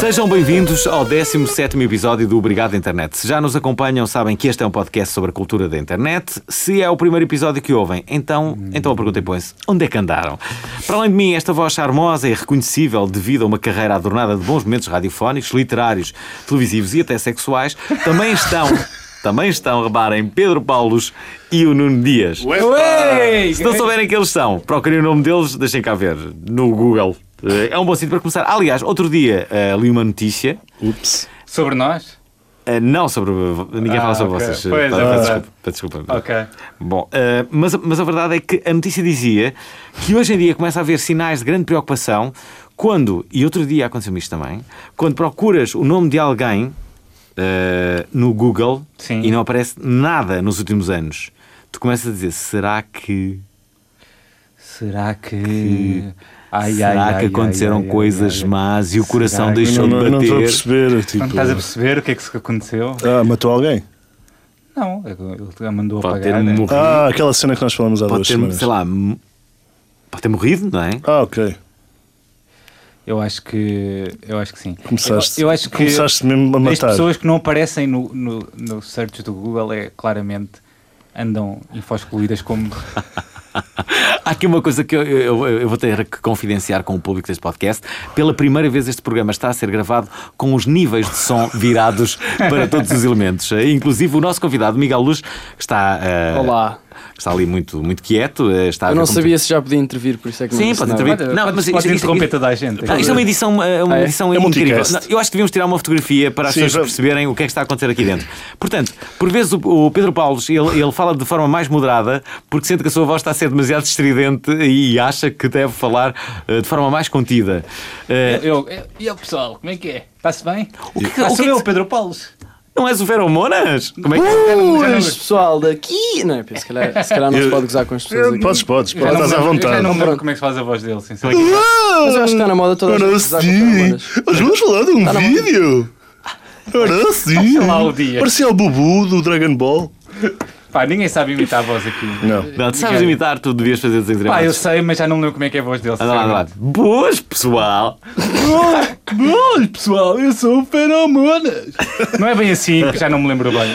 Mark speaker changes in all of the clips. Speaker 1: Sejam bem-vindos ao 17º episódio do Obrigado Internet. Se já nos acompanham, sabem que este é um podcast sobre a cultura da internet. Se é o primeiro episódio que ouvem, então, então a pergunta impõe-se, onde é que andaram? Para além de mim, esta voz charmosa e reconhecível devido a uma carreira adornada de bons momentos radiofónicos, literários, televisivos e até sexuais, também estão... Também estão, reparem, Pedro Paulos e o Nuno Dias.
Speaker 2: Ué!
Speaker 1: Se não souberem quem eles são, procurem o nome deles, deixem cá ver, no Google. Eh, É um bom sítio para começar. Aliás, outro dia eh, li uma notícia,
Speaker 3: Ups.
Speaker 2: Sobre nós?
Speaker 1: eh, não sobre. Ninguém
Speaker 2: Ah,
Speaker 1: fala sobre
Speaker 2: ok.
Speaker 1: vocês.
Speaker 2: Pois, é
Speaker 1: Peço
Speaker 2: verdade.
Speaker 1: desculpa, peço desculpa.
Speaker 2: Ok.
Speaker 1: Bom, eh, mas, mas a verdade é que a notícia dizia que hoje em dia começa a haver sinais de grande preocupação quando, e outro dia aconteceu-me isto também, quando procuras o nome de alguém eh, no Google
Speaker 2: Sim.
Speaker 1: e não aparece nada nos últimos anos. Tu começas a dizer, será que.
Speaker 2: Será que. Ai,
Speaker 1: será
Speaker 2: ai,
Speaker 1: que
Speaker 2: ai,
Speaker 1: aconteceram
Speaker 2: ai, ai,
Speaker 1: coisas
Speaker 2: ai, ai.
Speaker 1: más e o coração
Speaker 2: que-
Speaker 1: deixou
Speaker 3: Não,
Speaker 1: de bater?
Speaker 3: não, não estou a perceber.
Speaker 2: Não
Speaker 3: Tipo,
Speaker 2: estás a perceber o que é que se aconteceu?
Speaker 3: ah, matou alguém?
Speaker 2: Não, ele te mandou
Speaker 1: Pode ter
Speaker 2: apagar. né?
Speaker 1: morrido.
Speaker 3: Ah, aquela cena que nós falamos há
Speaker 1: pode
Speaker 3: duas
Speaker 1: ter,
Speaker 3: semanas.
Speaker 1: sei lá, m- pode ter morrido, não é?
Speaker 3: Ah, ok.
Speaker 2: Eu acho que. Eu acho que sim.
Speaker 3: Começaste.
Speaker 2: Eu, eu acho que.
Speaker 3: Começaste mesmo a
Speaker 2: As
Speaker 3: matar.
Speaker 2: pessoas que não aparecem no, no, no search do Google é claramente andam infoscluídas como.
Speaker 1: Há aqui uma coisa que eu, eu- eu- eu vou ter que confidenciar com o público deste podcast. Pela primeira vez, este programa está a ser gravado com os níveis de som virados para todos os elementos. Eh, Inclusive o nosso convidado, Miguel Luz, que está, eh,
Speaker 4: Olá.
Speaker 1: que está ali muito, muito quieto. eh, Está a
Speaker 4: Eu
Speaker 1: ver
Speaker 4: não
Speaker 1: como-
Speaker 4: sabia se já podia intervir, por isso é que não
Speaker 1: Sim,
Speaker 4: disse
Speaker 1: pode
Speaker 4: nada.
Speaker 1: intervir. Não, mas
Speaker 2: Podes-
Speaker 1: isto-
Speaker 2: podes
Speaker 1: isto-
Speaker 2: interromper
Speaker 1: isto-
Speaker 2: toda a gente.
Speaker 1: Ah, isto é uma edição, eh, uma
Speaker 4: Ah, é?
Speaker 1: edição
Speaker 3: É
Speaker 1: incrível.
Speaker 3: multicast.
Speaker 1: Não, Eu acho que devíamos tirar uma fotografia para as
Speaker 3: Sim,
Speaker 1: pessoas
Speaker 3: vamos.
Speaker 1: perceberem o que é que está a acontecer aqui dentro. Portanto, por vezes o, o Pedro Paulo ele, ele fala de forma mais moderada porque sente que a sua voz está a ser demasiado estridente e acha que deve falar eh, de forma mais contida. Eh,
Speaker 2: Eu, eu- e o pessoal, como é que é? Está-se bem?
Speaker 1: o que, o
Speaker 2: Ah,
Speaker 1: que
Speaker 2: sou
Speaker 1: é que
Speaker 2: eu,
Speaker 1: se-
Speaker 2: Pedro Paulos.
Speaker 1: não és o Feromonas? Como é que...
Speaker 4: Uh! Pois, pessoal daqui! Não, é, se calhar, se calhar não se
Speaker 3: Eu-
Speaker 4: pode gozar com as pessoas aqui.
Speaker 3: Podes, podes,
Speaker 2: Eu já
Speaker 3: podes.
Speaker 2: não
Speaker 3: Estás à
Speaker 2: lembro- eu Já não
Speaker 3: vontade.
Speaker 2: me lembro
Speaker 4: Pronto.
Speaker 2: como é que se faz a voz dele, sinceramente.
Speaker 4: Mas eu acho que
Speaker 1: tá
Speaker 4: está na moda toda a gente
Speaker 3: Ora
Speaker 4: gozar com feromonas.
Speaker 3: sim! Nós vamos falar de um vídeo! Ora sim!
Speaker 2: lá o dia.
Speaker 3: Parecia o Bubu do Dragon Ball.
Speaker 2: Pá, ninguém sabe imitar a voz aqui.
Speaker 3: Não.
Speaker 1: Não, tu sabes imitar, tu devias fazer desenhos
Speaker 2: Pá, eu
Speaker 1: animados.
Speaker 2: sei, mas já não lembro como é que é a voz dele.
Speaker 1: Anda lá, anda lá.
Speaker 2: sinceramente.
Speaker 1: Boas, pessoal!
Speaker 2: Olha, pessoal, eu
Speaker 3: É
Speaker 2: sou o Feromonas. Não é bem assim, porque já não me lembro bem.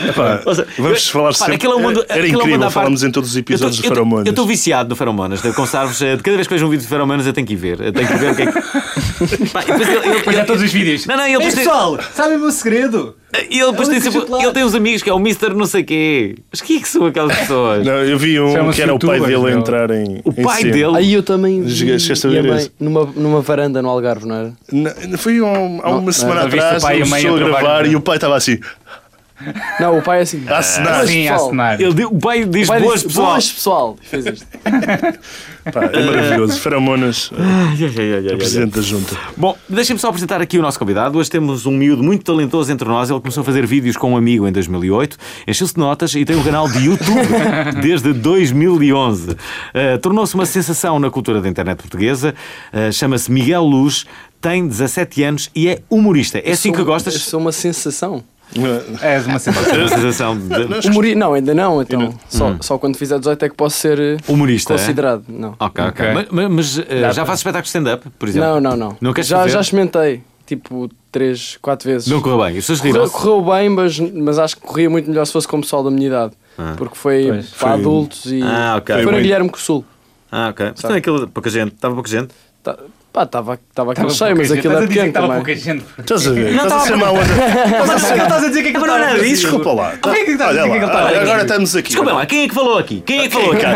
Speaker 1: Ou seja,
Speaker 3: Vamos falar
Speaker 1: Pá,
Speaker 3: sempre.
Speaker 1: aquele é um mundo-
Speaker 3: Era
Speaker 1: aquele é um mundo
Speaker 3: incrível,
Speaker 1: à parte.
Speaker 3: falámos em todos os episódios
Speaker 1: Eu
Speaker 3: de
Speaker 1: tô- eu tô-
Speaker 3: Feromonas.
Speaker 1: Eu estou viciado no Feromonas, devo confessar-vos. eh, De cada vez que vejo um vídeo de Feromonas, eu tenho que ir ver. Eu tenho que ver o que é que. Pá, e depois ele, ele-
Speaker 2: Depois há é, todos os vídeos.
Speaker 1: Não, não, ele
Speaker 2: Ei,
Speaker 1: depois tem,
Speaker 2: pessoal, sabem o meu segredo?
Speaker 1: ele, depois tem,
Speaker 2: Alex
Speaker 1: sempre-
Speaker 2: Jutlar.
Speaker 1: ele tem uns amigos que é o Mr. não sei quê. Mas quem é que são aquelas pessoas?
Speaker 3: Não, eu vi um
Speaker 2: Chama-se
Speaker 3: que era o pai
Speaker 2: youtubers,
Speaker 3: dele a
Speaker 2: meu.
Speaker 3: entrar em.
Speaker 1: O pai dele.
Speaker 4: Aí eu também vi
Speaker 3: Chegaste a
Speaker 4: e a
Speaker 3: saber
Speaker 4: mãe
Speaker 3: isso?
Speaker 4: numa, numa varanda no Algarve, não era?
Speaker 3: dele. Foi um- há uma
Speaker 4: Não,
Speaker 3: semana
Speaker 2: não, viste o
Speaker 3: atrás,
Speaker 2: pai e a
Speaker 3: ele
Speaker 2: mãe a
Speaker 3: começou a
Speaker 2: trabalhar.
Speaker 3: gravar e o pai estava assim,
Speaker 4: Não, o pai é assim.
Speaker 3: a assinar.
Speaker 2: Tá Sim, a
Speaker 4: pessoal.
Speaker 2: cenar.
Speaker 1: Ele diz- o pai diz
Speaker 4: o pai
Speaker 1: boas,
Speaker 4: disse,
Speaker 1: pessoal.
Speaker 4: Boas, pessoal! E fez isto.
Speaker 3: Pá, é maravilhoso. eh, Feromonas,
Speaker 1: Ai, ai, ai, ai, ai, ai.
Speaker 3: presidente da junta.
Speaker 1: Bom, deixem-me só apresentar aqui o nosso convidado. Hoje temos um miúdo muito talentoso entre nós. Ele começou a fazer vídeos com um amigo em 2008, encheu-se de notas e tem um canal de YouTube desde 2011. Uh, Tornou-se uma sensação na cultura da internet portuguesa. Uh, Chama-se Miguel Luz, tem 17 anos e é humorista. É assim que
Speaker 4: Sou-
Speaker 1: gostas?
Speaker 4: Sou uma sensação.
Speaker 2: És uma sensação.
Speaker 1: Uma sensação de
Speaker 4: Humori... Não, ainda não, então. Só, só quando fizer 18 é que posso ser eh,
Speaker 1: Hum. humorista. é?
Speaker 4: considerado. Não.
Speaker 1: Ok, ok.
Speaker 2: Ok.
Speaker 1: Mas, mas- mas, uh,
Speaker 2: Dá
Speaker 1: já
Speaker 2: pra-
Speaker 1: fazes espetáculo stand-up, por exemplo?
Speaker 4: Não, não, não.
Speaker 1: é. Não queres
Speaker 4: já,
Speaker 1: fazer?
Speaker 4: já experimentei, tipo, 3, 4 vezes.
Speaker 1: Não correu bem. As pessoas riram
Speaker 4: Correu, correu bem, mas, mas acho que corria muito melhor se fosse com o pessoal da minha idade. Porque foi
Speaker 2: Pois.
Speaker 4: para adultos e.
Speaker 1: Ah, ok.
Speaker 4: Foi,
Speaker 1: Foi
Speaker 4: na
Speaker 1: muito-
Speaker 4: Guilherme Cossul.
Speaker 1: Ah, ok. Mas tem aquilo- pouca gente. Estava pouca gente.
Speaker 4: Tá, pá, estava tava aquele
Speaker 2: Estava
Speaker 4: cheio,
Speaker 2: pouca
Speaker 4: mas
Speaker 2: gente.
Speaker 4: aquilo é
Speaker 2: Estás a dizer que
Speaker 4: pequeno
Speaker 2: estava pouca
Speaker 4: também.
Speaker 2: gente.
Speaker 3: Estás a ver? Estás a ser mau
Speaker 2: Mas o que estás a dizer que é que
Speaker 1: não era isso,
Speaker 3: Desculpa lá.
Speaker 2: que é que estás a
Speaker 3: Olha
Speaker 2: dizer que
Speaker 3: lá,
Speaker 2: ele estava a
Speaker 3: olha, Agora
Speaker 2: dizer?
Speaker 3: estamos aqui.
Speaker 1: Desculpa lá, quem é que falou aqui? Quem é que falou aqui?
Speaker 2: Eu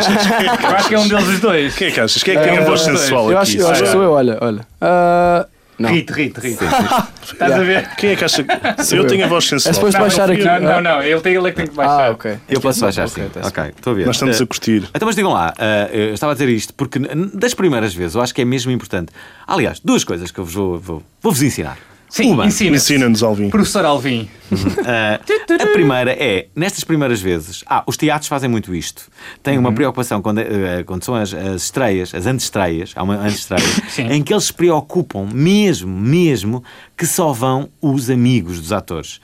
Speaker 2: acho que é um deles os dois.
Speaker 3: Quem é que achas? Quem é que tem
Speaker 2: É,
Speaker 3: a voz
Speaker 2: eu sei.
Speaker 3: sensual
Speaker 4: Eu
Speaker 3: aqui?
Speaker 4: acho, eu acho que sou eu, olha, olha. Ah, Não.
Speaker 2: Rite, rite, rite. Estás a ver?
Speaker 3: Quem é que acha que. Se eu tenho a voz
Speaker 4: É
Speaker 3: sensual,
Speaker 4: depois de baixar aqui.
Speaker 2: Não, não, não. Ele, tem, ele é que tem que baixar.
Speaker 4: Ah, ok.
Speaker 1: Eu posso baixar sim.
Speaker 4: Ok, tá
Speaker 1: Ok, estou a ver.
Speaker 3: nós estamos
Speaker 1: Eh,
Speaker 3: a curtir.
Speaker 1: Então, mas digam lá, ah, eu estava a dizer isto porque n- das primeiras vezes eu acho que é mesmo importante. Aliás, duas coisas que eu vos vou, vou, vou vos ensinar.
Speaker 2: Sim,
Speaker 1: Ah, Uma,
Speaker 2: ensina
Speaker 3: Ensina-nos, um. Alvin.
Speaker 2: Professor Alvim.
Speaker 1: ah, a primeira é, nestas primeiras vezes, ah, os teatros fazem muito isto. Têm uma preocupação quando, eh, quando são as, as estreias, as antestreias, há uma antestreia,
Speaker 2: Sim.
Speaker 1: em que eles se preocupam mesmo, mesmo, que só vão os amigos dos atores.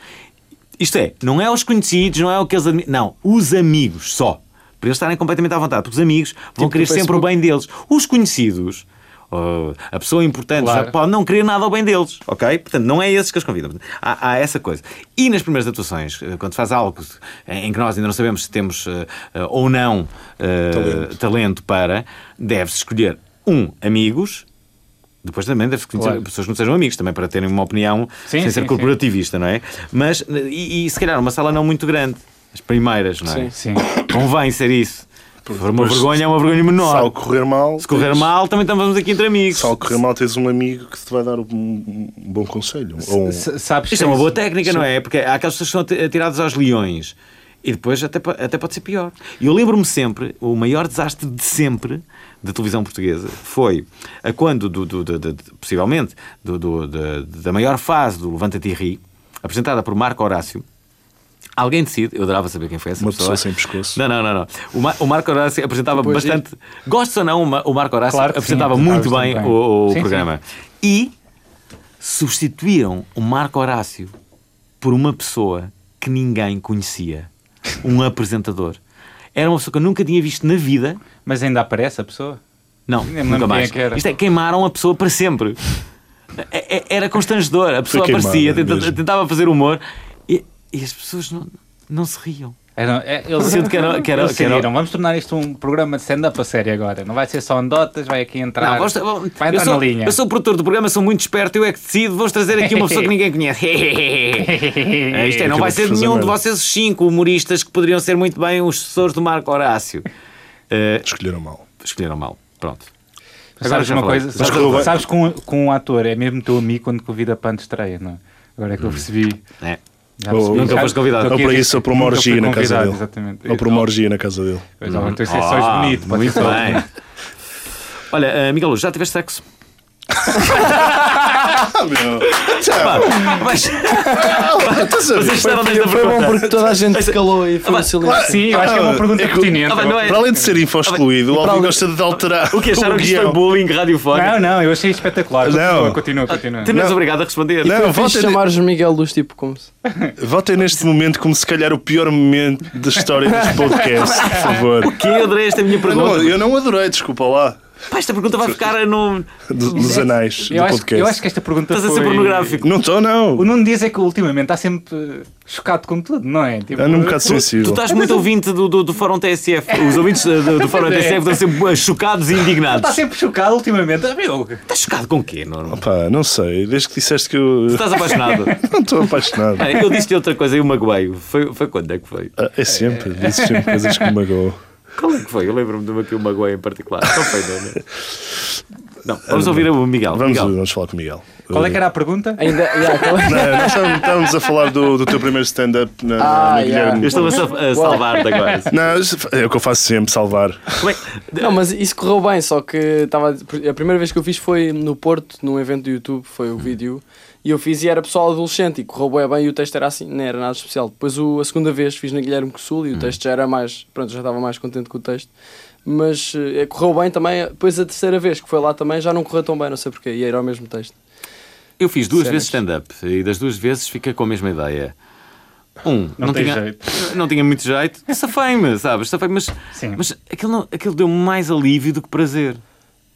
Speaker 1: Isto é, não é os conhecidos, não é o que eles admiram. Não, os amigos só. Para eles estarem completamente à vontade, porque os amigos vão
Speaker 4: Tipo
Speaker 1: querer
Speaker 4: do Facebook.
Speaker 1: sempre o bem deles. Os conhecidos, ou a pessoa importante,
Speaker 2: Claro.
Speaker 1: já pode não querer nada ao bem deles, ok? Portanto, não é esses que os convidam. Portanto, Há, há essa coisa. E nas primeiras atuações, eh, quando se faz algo em em que nós ainda não sabemos se temos eh, eh, ou não eh, talento. para, deve-se escolher um, amigos. Depois também deve-se conhecer
Speaker 2: Claro.
Speaker 1: pessoas que não sejam amigos, também para terem uma opinião
Speaker 2: Sim,
Speaker 1: sem
Speaker 2: sim,
Speaker 1: ser
Speaker 2: sim.
Speaker 1: corporativista, não é? Mas, e, e se calhar uma sala não muito grande, as primeiras, não é?
Speaker 2: Sim.
Speaker 4: Sim.
Speaker 1: Convém ser isso. Se for uma
Speaker 3: depois-
Speaker 1: vergonha, é uma vergonha
Speaker 3: Se
Speaker 1: menor.
Speaker 3: algo correr mal.
Speaker 1: Se correr
Speaker 3: tens-
Speaker 1: mal, também estamos aqui entre amigos.
Speaker 3: Se algo correr mal, tens um amigo que te vai dar um, um bom conselho. Ou um-
Speaker 2: S- Sabes
Speaker 1: Isto é uma
Speaker 2: que-
Speaker 1: boa técnica, não é? Porque há aquelas pessoas que são ati- atiradas aos leões e depois até, po- até pode ser pior. E eu lembro-me sempre, o maior desastre de sempre da televisão portuguesa foi a quando, do, do- do- do- possivelmente, do- do- da- da maior fase do Levanta-te e Ri, apresentada por Marco Horácio, Alguém decide, eu adorava saber quem foi essa
Speaker 3: Uma
Speaker 1: pessoa.
Speaker 3: pessoa sem pescoço.
Speaker 1: Não, não, não. não. O, Ma- o Marco Horácio apresentava
Speaker 4: Depois de-
Speaker 1: bastante. Gosto ou não, o Ma- o Marco Horácio
Speaker 2: Claro que sim,
Speaker 1: apresentava muito
Speaker 2: apresentava
Speaker 1: bem,
Speaker 2: bastante bem.
Speaker 1: o, o
Speaker 2: Sim, sim.
Speaker 1: programa. E substituíram o Marco Horácio por uma pessoa que ninguém conhecia. Um apresentador. Era uma pessoa que eu nunca tinha visto na vida.
Speaker 2: Mas ainda aparece a pessoa?
Speaker 1: Não,
Speaker 2: Nem me
Speaker 1: nunca
Speaker 2: lembro
Speaker 1: mais.
Speaker 2: quem é que era.
Speaker 1: Isto é, queimaram a pessoa para sempre. É- é- Era constrangedor. A pessoa
Speaker 3: queimada,
Speaker 1: aparecia,
Speaker 2: é
Speaker 1: tenta-
Speaker 3: mesmo.
Speaker 1: tentava fazer humor e, e as pessoas não, não se riam.
Speaker 2: Era, é, eles
Speaker 1: Sinto que era- que era-
Speaker 2: eles
Speaker 1: que era-
Speaker 2: decidiram, Vamos tornar isto um programa de stand-up a sério agora. Não vai ser só andotas, vai aqui entrar.
Speaker 1: Não, vamos- vamos-
Speaker 2: vai
Speaker 1: eu,
Speaker 2: entrar
Speaker 1: sou,
Speaker 2: na linha.
Speaker 1: eu sou produtor do programa, sou muito esperto, eu é que decido. Vou trazer aqui uma pessoa que ninguém conhece. É, Isto é, não
Speaker 3: Acabou
Speaker 1: vai
Speaker 3: de
Speaker 1: ser
Speaker 3: fazer
Speaker 1: nenhum de
Speaker 3: merda.
Speaker 1: vocês os cinco humoristas que poderiam ser muito bem os sucessores do Marco Horácio. Eh,
Speaker 3: Escolheram mal.
Speaker 1: escolheram mal. Pronto.
Speaker 2: Sabes
Speaker 1: já
Speaker 2: uma
Speaker 1: falei.
Speaker 2: coisa?
Speaker 1: Mas
Speaker 2: Sabes,
Speaker 3: correu bem.
Speaker 2: sabes que, um, que um ator é mesmo teu amigo quando convida para a estreia, não é? Agora é que eu percebi.
Speaker 1: É.
Speaker 2: Já
Speaker 3: Ou-
Speaker 2: percebi.
Speaker 1: Nunca
Speaker 2: Já-
Speaker 1: foste convidado.
Speaker 2: estou
Speaker 3: Ou
Speaker 2: aqui a
Speaker 3: para
Speaker 2: dizer
Speaker 3: isso, ou
Speaker 2: que
Speaker 3: para uma
Speaker 2: nunca
Speaker 3: orgia
Speaker 2: fui
Speaker 3: na casa
Speaker 2: convidado,
Speaker 3: dele.
Speaker 2: Exatamente.
Speaker 3: Ou para uma orgia na casa dele.
Speaker 2: Pois, ou então isso é só
Speaker 1: Ah,
Speaker 2: bonito. pode
Speaker 1: Muito
Speaker 2: ser só-
Speaker 1: bem. Olha, eh, Miguel Luz, já tiveste sexo?
Speaker 3: Ah, meu!
Speaker 1: Pá, mas- Vocês estavam desde a
Speaker 4: Foi bom
Speaker 1: pergunta.
Speaker 4: porque toda a gente se calou e foi um silêncio.
Speaker 2: Sim, eu acho que é uma pergunta
Speaker 3: É que-
Speaker 2: pertinente.
Speaker 1: Ah, bem, não é- Ah,
Speaker 3: Para além de ser info-excluído, o Alvin gosta de alterar.
Speaker 1: O que acharam que isto foi
Speaker 3: guião.
Speaker 1: bullying radiofónico?
Speaker 2: Não, não, eu achei espetacular. Continua,
Speaker 3: Não.
Speaker 2: continua, continua.
Speaker 1: Também és obrigado a responder.
Speaker 3: Não,
Speaker 4: Fiz
Speaker 3: votem,
Speaker 4: chamar os Miguel Luz, tipo, como se.
Speaker 3: votem neste momento como se calhar o pior momento da história deste podcast, por favor.
Speaker 1: Que eu adorei esta minha
Speaker 3: Eu
Speaker 1: pergunta.
Speaker 3: não, eu não adorei, desculpa lá.
Speaker 1: Pá, esta pergunta vai ficar no.
Speaker 3: do- Dos anais do
Speaker 2: Eu acho,
Speaker 3: podcast.
Speaker 2: eu acho que esta pergunta
Speaker 1: Estás a
Speaker 2: foi...
Speaker 1: ser pornográfico.
Speaker 3: Não estou, não.
Speaker 2: O Nuno diz é que ultimamente está sempre eh, chocado com tudo, não é? Tipo,
Speaker 3: Ando um bocado
Speaker 1: Tu
Speaker 3: sensível.
Speaker 1: estás muito ouvinte do, do, do Fórum TSF. Os ouvintes eh, do, do Fórum TSF estão sempre eh, chocados e
Speaker 2: Está
Speaker 1: indignados.
Speaker 2: tá sempre chocado ultimamente. Ah, meu,
Speaker 1: Estás chocado com o quê, Norma?
Speaker 3: Pá, não sei, desde que disseste que eu
Speaker 1: Estás apaixonado.
Speaker 3: não estou apaixonado.
Speaker 1: Olha, Eu disse-te outra coisa e o magoei. Foi, foi quando é que foi?
Speaker 3: Ah, É sempre, dizes sempre coisas que me magoam.
Speaker 1: Qual é que foi? Eu lembro-me de uma que eu magoei em particular. Qual foi, Norma? Não, vamos ouvir o Miguel.
Speaker 3: Vamos,
Speaker 1: Miguel.
Speaker 3: vamos falar com o Miguel.
Speaker 2: qual é que era a pergunta?
Speaker 4: Ainda. Yeah,
Speaker 3: Não,
Speaker 4: aquela-
Speaker 3: nós estávamos- estávamos a falar do, do teu primeiro stand-up na, na-
Speaker 4: Ah,
Speaker 3: na
Speaker 4: yeah.
Speaker 1: Eu
Speaker 3: Guilherme.
Speaker 1: estou a, sa- a salvar-te agora.
Speaker 3: Não, isso é o que eu faço sempre, salvar.
Speaker 1: Como é-
Speaker 4: Não, mas isso correu bem, só que estava a primeira vez que eu fiz foi no Porto, num evento do YouTube, foi
Speaker 1: Hum.
Speaker 4: o vídeo, e eu fiz e era pessoal adolescente e correu bué bem e o texto era assim, não era nada especial. Depois o- a segunda vez fiz na Guilherme Cossul e
Speaker 1: Hum.
Speaker 4: o texto já era mais, pronto, já estava mais contente com o texto, mas eh, correu bem também, depois a terceira vez que foi lá também já não correu tão bem, não sei porquê, e era o mesmo texto.
Speaker 1: Eu fiz duas
Speaker 4: Cenas.
Speaker 1: vezes stand-up e das duas vezes fiquei com a mesma ideia. Um, não,
Speaker 2: tem
Speaker 1: tinha,
Speaker 2: jeito.
Speaker 1: não tinha muito jeito. Safei-me, sabes? Safei-me, mas,
Speaker 2: Sim.
Speaker 1: mas aquilo, não- aquilo deu-me mais alívio do que prazer.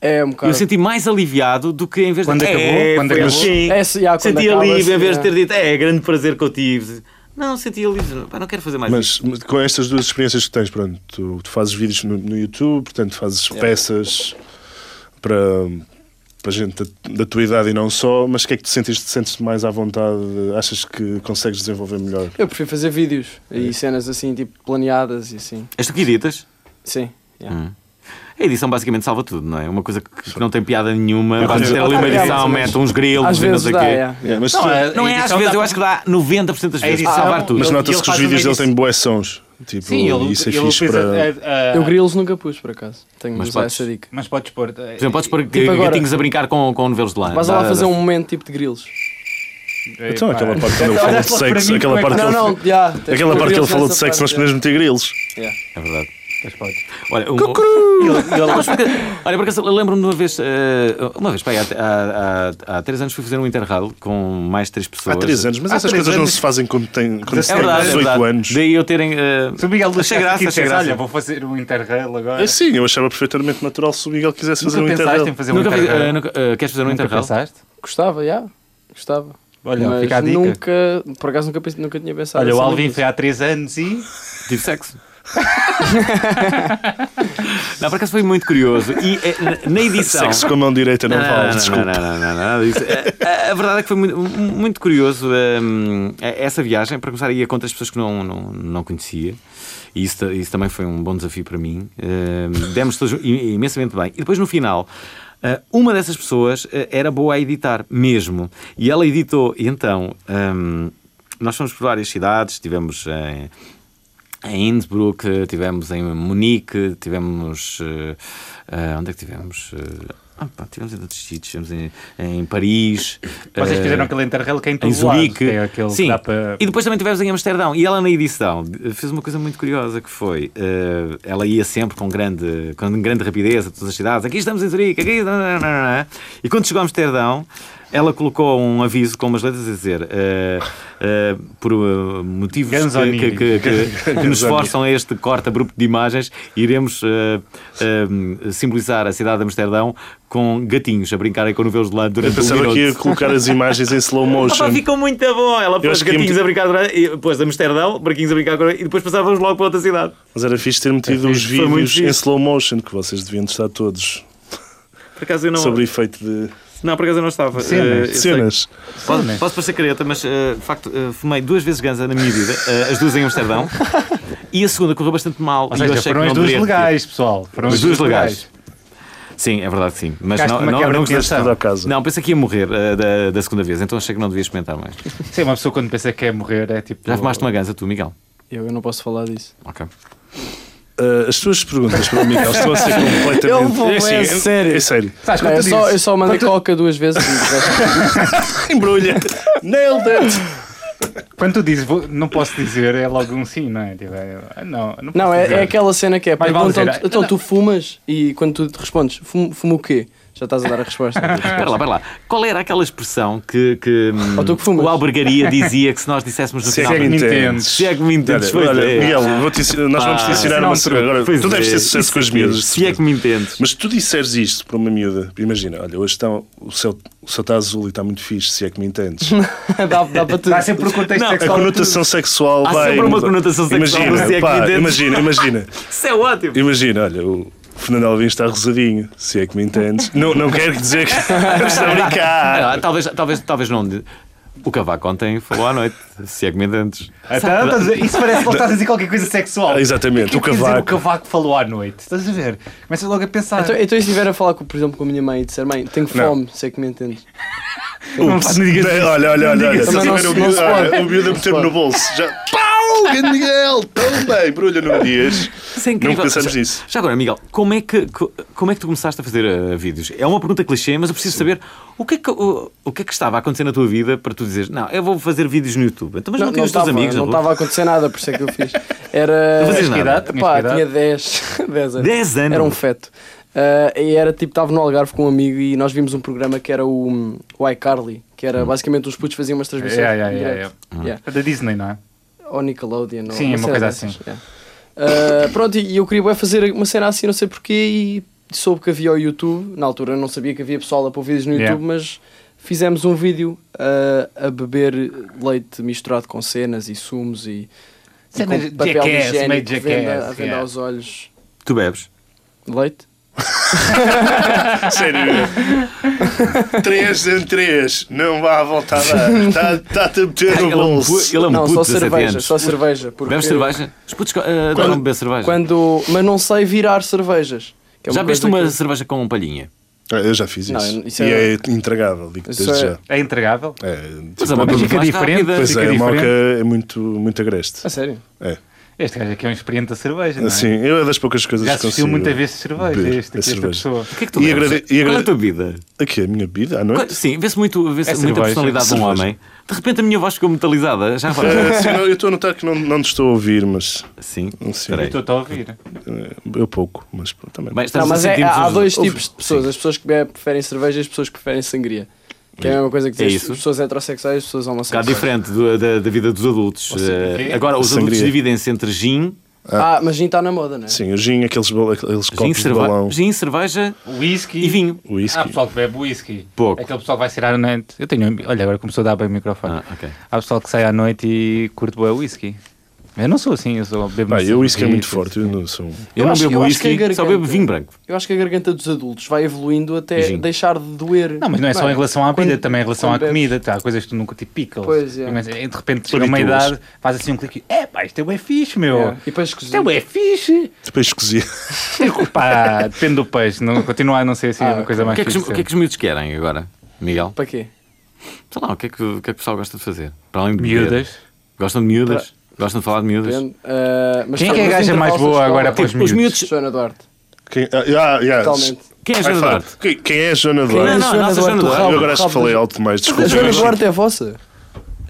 Speaker 4: É um bocado...
Speaker 1: Eu senti mais aliviado do que em vez
Speaker 2: Quando
Speaker 1: de.
Speaker 2: acabou?
Speaker 1: É,
Speaker 2: Quando
Speaker 1: foi
Speaker 2: acabou?
Speaker 1: assim.
Speaker 4: É, se- já, quando
Speaker 1: senti
Speaker 4: acaba,
Speaker 1: alívio em
Speaker 4: assim,
Speaker 1: vez de
Speaker 4: é.
Speaker 1: ter dito, é, grande prazer que eu tive. Não, senti alívio. Pá, não quero fazer mais isso.
Speaker 3: Mas mas com estas duas experiências que tens, pronto, tu, tu fazes vídeos no, no YouTube, portanto fazes peças para, para gente da, da tua idade e não só, mas o que é que tu sentes? Te sentes mais à vontade? Achas que consegues desenvolver melhor?
Speaker 4: Eu prefiro fazer
Speaker 1: É.
Speaker 4: vídeos e cenas assim, tipo, planeadas e assim,
Speaker 1: As tu que editas?
Speaker 4: sim. yeah.
Speaker 1: A edição basicamente salva tudo, não é? Uma coisa que que não tem piada nenhuma.
Speaker 3: Eu
Speaker 1: Basta ter ali uma
Speaker 4: Ah, é,
Speaker 1: edição,
Speaker 4: mas-
Speaker 1: mete uns grilos
Speaker 4: Às
Speaker 1: e não
Speaker 4: vezes
Speaker 1: sei o
Speaker 4: dá,
Speaker 1: quê.
Speaker 4: é.
Speaker 3: Yeah, mas, tu-
Speaker 1: Não é às vezes, eu acho que dá 90% das vezes para
Speaker 2: edição-
Speaker 1: salvar tudo.
Speaker 3: mas
Speaker 2: ele-
Speaker 3: nota-se
Speaker 2: ele
Speaker 3: que os
Speaker 2: faz uma
Speaker 3: vídeos dele
Speaker 2: edição-
Speaker 3: têm boas sons. Tipo,
Speaker 2: Sim, ele,
Speaker 3: isso é
Speaker 2: ele
Speaker 3: fixe
Speaker 2: fez
Speaker 3: para.
Speaker 2: a- a- a-
Speaker 4: Eu grilos nunca pus, por acaso. Tenho
Speaker 1: Mas
Speaker 4: que usar
Speaker 1: podes-
Speaker 4: essa dica.
Speaker 2: Mas podes pôr. eh, Por
Speaker 1: Por exemplo, podes pôr
Speaker 4: agora-
Speaker 1: gatinhos a brincar com, com novelos de lã.
Speaker 4: Vais
Speaker 1: Dá-
Speaker 4: lá
Speaker 1: dá-
Speaker 4: fazer
Speaker 1: dá-
Speaker 4: um momento tipo de grilos.
Speaker 2: eh,
Speaker 3: Então, aquela parte quando ele
Speaker 2: Olha,
Speaker 3: fala de
Speaker 2: olha só para
Speaker 3: sexo,
Speaker 2: mim
Speaker 3: aquela
Speaker 2: como é que-
Speaker 3: parte que
Speaker 4: Não,
Speaker 3: ele-
Speaker 4: não, já. tens
Speaker 3: aquela parte
Speaker 4: pôr
Speaker 3: que ele
Speaker 4: grilos
Speaker 3: falou de
Speaker 4: nessa
Speaker 3: sexo, nós
Speaker 4: parte,
Speaker 3: podemos meter grilos.
Speaker 1: É verdade.
Speaker 2: Mas podes.
Speaker 1: Olha, um... Não, mas porque- olha, porque eu lembro-me de uma vez, eh, uma vez, pá, aí há, há, há, há três anos fui fazer um interrail com mais três pessoas.
Speaker 3: é. Há 3 anos, mas
Speaker 2: Há
Speaker 3: essas
Speaker 2: três
Speaker 3: coisas não
Speaker 2: anos.
Speaker 3: se fazem quando tem quando se
Speaker 1: É
Speaker 3: tem
Speaker 1: verdade, é
Speaker 3: 18
Speaker 1: verdade.
Speaker 3: anos.
Speaker 1: Daí eu terem. eh,
Speaker 2: Se o Miguel Luz
Speaker 1: achei
Speaker 2: chegasse
Speaker 1: graça,
Speaker 2: aqui e
Speaker 1: achei
Speaker 2: dissesse,
Speaker 1: graça.
Speaker 2: olha, vou fazer um interrail agora.
Speaker 3: É sim, eu achava perfeitamente natural se o Miguel quisesse fazer
Speaker 2: Nunca
Speaker 3: um
Speaker 2: pensaste
Speaker 3: intervalo.
Speaker 2: em fazer um
Speaker 1: Nunca fiz- eh,
Speaker 2: interrail?
Speaker 1: nunca- eh, queres fazer um
Speaker 2: Nunca
Speaker 1: interrail?
Speaker 2: pensaste?
Speaker 4: Gostava, já. Gostava.
Speaker 2: Olha,
Speaker 4: Mas
Speaker 2: fica a dica.
Speaker 4: nunca, por acaso nunca, pensei- nunca tinha pensado
Speaker 2: Olha,
Speaker 4: assim
Speaker 2: o Alvin
Speaker 4: nisso.
Speaker 2: foi há 3 anos e.
Speaker 1: Tive sexo. não, por acaso foi muito curioso. E eh, na- na edição.
Speaker 3: Sexo com a mão direita não,
Speaker 1: Não, não,
Speaker 3: vale,
Speaker 1: não,
Speaker 3: desculpa.
Speaker 1: não, não, não, não, nada disso. A, a- a verdade é que foi muito, muito curioso hum, essa viagem. Para começar, ia contra as pessoas que não, não, não conhecia. E isso, ta- isso também foi um bom desafio para mim. Hum, demos todos im- imensamente bem. E depois, no final, ah, uma dessas pessoas ah, era boa a editar, mesmo. E ela editou. E então, hum, nós fomos por várias cidades, eh, estivemos em em Innsbruck, tivemos em Munique, tivemos. eh, eh, onde é que tivemos? Eh, ah, pá, tivemos em outros sítios, tivemos em, em Paris.
Speaker 2: Vocês
Speaker 1: eh,
Speaker 2: fizeram aquele interrail que é em
Speaker 1: em
Speaker 2: todo lado.
Speaker 1: Zurique,
Speaker 2: Tem aquele
Speaker 1: sim.
Speaker 2: que dá para.
Speaker 1: E depois também tivemos em Amsterdão. E ela na edição eh, fez uma coisa muito curiosa que foi, eh, ela ia sempre com grande, com grande rapidez a todas as cidades. Aqui estamos em Zurique, aqui estamos... E quando chegou a Amsterdão, ela colocou um aviso com umas letras a dizer eh, eh, por eh, motivos que,
Speaker 2: Ganzonini.
Speaker 1: que, que- que- que nos forçam a este corte abrupto de imagens, iremos eh, eh, simbolizar a cidade de Amsterdão com gatinhos a brincarem com novelos de lã
Speaker 3: Eu
Speaker 1: durante o
Speaker 3: pensava
Speaker 1: minuto.
Speaker 3: que ia colocar as imagens em slow
Speaker 1: Ah, pá,
Speaker 3: motion.
Speaker 1: ficou muito bom. Ela pôs
Speaker 3: acho que ia
Speaker 1: gatinhos
Speaker 3: meter-
Speaker 1: a brincar durante, e pôs Amsterdão, barquinhos a brincar com- e depois passávamos logo para outra cidade.
Speaker 3: Mas era fixe ter metido os
Speaker 1: fixe, É, foi muito
Speaker 3: vídeos em
Speaker 1: fixe.
Speaker 3: slow motion, que vocês deviam estar todos
Speaker 1: Por acaso eu não,
Speaker 3: sobre efeito de
Speaker 1: não, por acaso eu não estava.
Speaker 2: Cenas.
Speaker 1: Eh, eu sei-
Speaker 3: cenas.
Speaker 1: Posso, posso parecer careta, mas eh, de facto eh, fumei duas vezes ganza na minha vida, eh, as duas em Amsterdão, e a segunda correu bastante mal.
Speaker 2: Ou
Speaker 1: e eu
Speaker 2: seja,
Speaker 1: achei
Speaker 2: foram
Speaker 1: que
Speaker 2: as
Speaker 1: não
Speaker 2: duas
Speaker 1: deveria ter.
Speaker 2: legais, pessoal. Foram
Speaker 1: As
Speaker 2: as
Speaker 1: duas
Speaker 2: duas
Speaker 1: legais. Sim, é verdade, sim. Mas
Speaker 2: Ficaste
Speaker 1: não,
Speaker 2: com uma
Speaker 1: não,
Speaker 2: quebra
Speaker 1: não,
Speaker 2: de
Speaker 1: gostaste-
Speaker 2: tensão.
Speaker 3: Tudo ao caso.
Speaker 1: não, pensei que ia morrer eh, da, da segunda vez, então achei que não devia experimentar mais.
Speaker 2: Sim, uma pessoa quando pensa que quer morrer é É. tipo.
Speaker 1: Já fumaste uma ganza, tu, Miguel?
Speaker 4: Eu, eu não posso falar disso.
Speaker 1: Ok.
Speaker 3: Ah, as tuas perguntas para o Miguel estão a ser
Speaker 4: Ele
Speaker 3: completamente.
Speaker 4: falou, é sério.
Speaker 3: É sério.
Speaker 2: Sabes
Speaker 4: Não,
Speaker 2: quanto
Speaker 4: eu, só, eu
Speaker 2: dizes?
Speaker 4: só mandei coca duas vezes. e o resto-
Speaker 3: Embrulha. Nailed it.
Speaker 2: Quando tu dizes, vou- não posso dizer, é logo um sim, não é? Tipo, é, ah, não, não, posso
Speaker 4: Não, é,
Speaker 2: dizer.
Speaker 4: é aquela cena que é.
Speaker 2: Mas vale
Speaker 4: perguntam
Speaker 2: dizer,
Speaker 4: então
Speaker 2: não.
Speaker 4: tu fumas e quando tu te respondes, fumo, fumo o quê? Já estás a dar a resposta.
Speaker 1: Espera lá, espera lá. Qual era aquela expressão que, que, hum,
Speaker 4: Ou tu que fumas.
Speaker 1: o Albergaria dizia que se nós disséssemos no
Speaker 3: Se é
Speaker 1: final...
Speaker 3: que
Speaker 2: Segue
Speaker 3: entendes.
Speaker 1: Se é que me entendes,
Speaker 3: Olha,
Speaker 1: pois
Speaker 3: olha,
Speaker 1: é.
Speaker 3: Miguel, vou-te ensi- nós vamos te
Speaker 1: Pá,
Speaker 3: ensinar
Speaker 2: não,
Speaker 3: uma cena agora.
Speaker 1: Pois
Speaker 3: Tu deves
Speaker 1: é,
Speaker 3: ter sucesso
Speaker 1: isso
Speaker 3: com as
Speaker 1: é.
Speaker 3: miúdas. de
Speaker 1: Se é que
Speaker 3: certeza.
Speaker 1: me entendes.
Speaker 3: Mas se tu disseres isto para uma miúda, imagina, olha, hoje estão, o céu o céu está azul e está muito fixe, se é que me entendes.
Speaker 4: dá, dá para tudo.
Speaker 2: Dá sempre por contexto
Speaker 1: Não,
Speaker 2: não,
Speaker 1: a
Speaker 3: A
Speaker 2: sexual.
Speaker 3: é conotação sexual
Speaker 1: Há
Speaker 3: vai.
Speaker 1: sempre uma conotação sexual,
Speaker 3: imagina,
Speaker 1: mas é que
Speaker 3: pá,
Speaker 1: me entende.
Speaker 3: imagina, imagina,
Speaker 1: Isso é ótimo.
Speaker 3: imagina, olha, o Fernando Alvim está rosadinho, se é que me entendes. Não, não quero dizer que está a brincar.
Speaker 1: Ah, talvez, talvez, talvez não... O Cavaco ontem falou à noite, se é que me entendes.
Speaker 2: Então, estás a dizer- isso parece que estás a dizer qualquer coisa sexual.
Speaker 3: Ah, exatamente,
Speaker 2: O que é que quer
Speaker 3: o
Speaker 2: dizer o
Speaker 3: cavaco.
Speaker 2: cavaco falou à noite. Estás a ver? Começas logo a pensar.
Speaker 4: Então, então e se estiver a falar, com, por exemplo, com a minha mãe e disser, mãe, tenho fome, sei que me entendes.
Speaker 2: não faz- não digas
Speaker 3: Não,
Speaker 2: isso.
Speaker 3: olha, olha, olha, olha.
Speaker 4: isso.
Speaker 3: Se eu tiver
Speaker 4: Também não
Speaker 3: o
Speaker 4: se- não
Speaker 3: miúdo,
Speaker 4: se
Speaker 3: olha,
Speaker 4: pode.
Speaker 3: o miúdo a meter-me no bolso, já. Pau! grande Miguel! Tão bem, brulha no dias.
Speaker 1: Isso é incrível.
Speaker 3: Não pensamos
Speaker 1: já,
Speaker 3: nisso.
Speaker 1: Já agora, Miguel, como é, que, co- como é que tu começaste a fazer eh, vídeos? É uma pergunta clichê, mas eu preciso saber o que, é que, o, o que é que estava a acontecer na tua vida para tu dizeres, não, eu vou fazer vídeos no YouTube. Então, mas não, tinhas os teus
Speaker 4: tava-
Speaker 1: amigos,
Speaker 4: não
Speaker 1: Raul?
Speaker 4: estava a acontecer nada, por isso é que eu fiz. Era.
Speaker 1: Não fazias
Speaker 2: Que
Speaker 1: nada.
Speaker 2: idade? Tinhas
Speaker 4: Pá,
Speaker 2: que idade?
Speaker 4: tinha 10, 10 anos.
Speaker 1: 10 anos?
Speaker 4: Era um feto. Ah, e era tipo, estava no Algarve com um amigo e nós vimos um programa que era o, hum, o iCarly, que era basicamente os putos faziam umas transmissões.
Speaker 2: Hum. Yeah, yeah,
Speaker 4: em
Speaker 2: yeah,
Speaker 4: direto. Yeah.
Speaker 2: Da Disney, não é?
Speaker 4: Ou Nickelodeon. ou
Speaker 2: Sim, uma
Speaker 4: cena
Speaker 2: coisa
Speaker 4: dessas,
Speaker 2: assim.
Speaker 4: yeah. Ah, pronto, e eu queria bué fazer uma cena assim, não sei porquê, e soube que havia o YouTube. Na altura eu não sabia que havia pessoal a pôr vídeos no
Speaker 2: Yeah.
Speaker 4: YouTube, mas fizemos um vídeo ah, a beber leite misturado com cenas e sumos e, e
Speaker 2: Cenas
Speaker 4: com papel
Speaker 2: jackass, meio
Speaker 4: higiênico que venda,
Speaker 2: jackass,
Speaker 4: a venda
Speaker 2: yeah.
Speaker 4: aos olhos.
Speaker 1: Tu bebes?
Speaker 4: Leite?
Speaker 3: Sério. 3 em 3. Não vá à volta a dar. Está- Está-te tá a meter no
Speaker 1: ele é um, pu-
Speaker 3: bolso.
Speaker 1: ele é um
Speaker 4: não,
Speaker 1: puto
Speaker 4: só
Speaker 1: de 17
Speaker 4: cerveja,
Speaker 1: anos.
Speaker 4: só cerveja. Porque
Speaker 1: Bebes cerveja? Os putos eh, adoram beber cerveja.
Speaker 4: Quando, mas não sei virar cervejas. Que É uma
Speaker 1: já viste
Speaker 4: coisa
Speaker 1: uma
Speaker 4: que-
Speaker 1: cerveja com palhinha?
Speaker 3: Ah, Eu já fiz
Speaker 4: Não,
Speaker 3: isso.
Speaker 4: isso
Speaker 3: e
Speaker 4: é-
Speaker 3: é, intragável, digo
Speaker 4: Isso
Speaker 3: desde
Speaker 4: é-
Speaker 3: já.
Speaker 2: É entregável?
Speaker 3: É,
Speaker 1: Mas
Speaker 3: tipo,
Speaker 1: é uma
Speaker 2: Fica
Speaker 1: bebida mais
Speaker 2: diferente.
Speaker 1: rápida.
Speaker 3: pois
Speaker 2: fica
Speaker 3: é, a
Speaker 2: diferente.
Speaker 3: moca é muito, muito agreste.
Speaker 4: A sério?
Speaker 3: É.
Speaker 2: Este gajo aqui é um experiente da cerveja, não é?
Speaker 3: Assim, eu é das poucas coisas
Speaker 2: Já
Speaker 3: que consigo.
Speaker 2: assistiu muitas vezes cerveja,
Speaker 3: beber
Speaker 2: este aqui,
Speaker 3: a
Speaker 2: esta
Speaker 3: cerveja.
Speaker 2: pessoa.
Speaker 1: O que é que tu
Speaker 3: E
Speaker 1: bebes?
Speaker 3: agrade- e
Speaker 1: Qual é a
Speaker 3: agrade-
Speaker 1: tua vida?
Speaker 3: Aqui, a minha bebida à
Speaker 1: Qual-
Speaker 3: noite?
Speaker 1: Sim, vê-se muito, vê
Speaker 2: É
Speaker 1: muita
Speaker 2: cerveja.
Speaker 1: personalidade de um
Speaker 3: Cerveja.
Speaker 1: homem. De repente a minha voz ficou metalizada. Já reparaste?
Speaker 3: Ah, sim, não, eu estou a notar que não, não te estou a ouvir, mas
Speaker 1: Sim,
Speaker 3: Sim.
Speaker 1: espera aí.
Speaker 2: Estou-te a ouvir.
Speaker 3: eh, eu pouco, mas pronto, também.
Speaker 1: Bem,
Speaker 4: Não,
Speaker 1: estamos
Speaker 4: mas
Speaker 1: a
Speaker 4: é-
Speaker 1: sentir-nos
Speaker 4: há há
Speaker 1: os- Um
Speaker 4: dois
Speaker 1: Ouve.
Speaker 4: tipos de pessoas. As pessoas que bebem preferem cerveja e as pessoas que preferem sangria. Que é a mesma coisa que
Speaker 1: É
Speaker 4: dizer as
Speaker 1: isso.
Speaker 4: pessoas heterossexuais e as pessoas
Speaker 1: Um bocado
Speaker 4: homossexuais.
Speaker 1: diferente do- da, da vida dos adultos. Eh,
Speaker 2: quê?
Speaker 1: agora, os
Speaker 3: Sangria.
Speaker 1: adultos dividem-se entre gin,
Speaker 4: Ah, mas gin está na moda, não é?
Speaker 3: Sim, o gin, aqueles, bal- aqueles
Speaker 1: gin,
Speaker 3: copos de balão,
Speaker 1: cerve... gin, cerveja
Speaker 2: Whisky.
Speaker 1: e vinho.
Speaker 3: whisky.
Speaker 2: Há Ah, pessoal que bebe whisky.
Speaker 1: Pouco.
Speaker 2: Aquele pessoal que vai sair à noite. Eu tenho. um- Olha, agora começou a dar bem o microfone.
Speaker 1: Ah, ok.
Speaker 2: Há pessoal que sai à noite e curte bem whisky. Eu não sou assim, eu sou bebo
Speaker 3: Pá, eu whisky é muito
Speaker 2: cerveja,
Speaker 3: forte, eu não sou. um-
Speaker 1: Eu,
Speaker 4: Eu
Speaker 1: não
Speaker 4: acho-
Speaker 1: bebo
Speaker 4: eu acho que a
Speaker 1: whisky, só
Speaker 4: garganta-
Speaker 1: bebo vinho branco.
Speaker 4: Eu acho que a garganta dos adultos vai evoluindo até
Speaker 1: Gin.
Speaker 4: deixar de doer.
Speaker 2: Não, mas não é só em relação à
Speaker 4: Quando-
Speaker 2: vida, também em relação à
Speaker 4: quando bebes-
Speaker 2: comida. Tá, há coisas que tu nunca te picas. eh,
Speaker 4: Pois é.
Speaker 2: De repente chega uma
Speaker 3: Habituas.
Speaker 2: idade, faz assim um clique e. É pá, isto é bem fixe, meu.
Speaker 4: É. E depois
Speaker 2: Isto é bem fixe.
Speaker 3: Depois cozia.
Speaker 2: Pá, depende do peixe. Não, continua a não ser assim
Speaker 4: Ah,
Speaker 2: uma coisa
Speaker 1: O
Speaker 2: mais
Speaker 1: que, é que os,
Speaker 2: fixe.
Speaker 1: o que é que os miúdos querem agora, Miguel?
Speaker 4: Para quê?
Speaker 1: Sei lá, o que é que o, que é que o pessoal gosta de fazer? Para além de beber.
Speaker 2: Miúdas.
Speaker 1: Gostam de miúdas? Gostam de falar de miúdas?
Speaker 4: Depende. Ah, mas
Speaker 2: Quem é
Speaker 4: só
Speaker 2: que é a
Speaker 4: nos
Speaker 2: gaja mais
Speaker 4: intervalos
Speaker 2: boa
Speaker 4: da
Speaker 2: agora para
Speaker 4: escola.
Speaker 2: os
Speaker 1: Tipo, os
Speaker 2: miúdos?
Speaker 4: Joana Duarte.
Speaker 3: Quem, ah, ah, yeah.
Speaker 4: Totalmente.
Speaker 1: Quem é a
Speaker 3: Ai,
Speaker 1: Joana
Speaker 3: fala.
Speaker 1: Duarte?
Speaker 3: Quem, quem é a Joana
Speaker 1: Não,
Speaker 3: Duarte?
Speaker 1: não, a nossa Joana
Speaker 4: do
Speaker 1: Duarte.
Speaker 4: rabo,
Speaker 3: Eu agora acho
Speaker 4: rabo
Speaker 3: que falei
Speaker 4: da-
Speaker 3: alto demais,
Speaker 4: A
Speaker 3: desculpa.
Speaker 4: Joana
Speaker 3: mas-
Speaker 4: Duarte é vossa?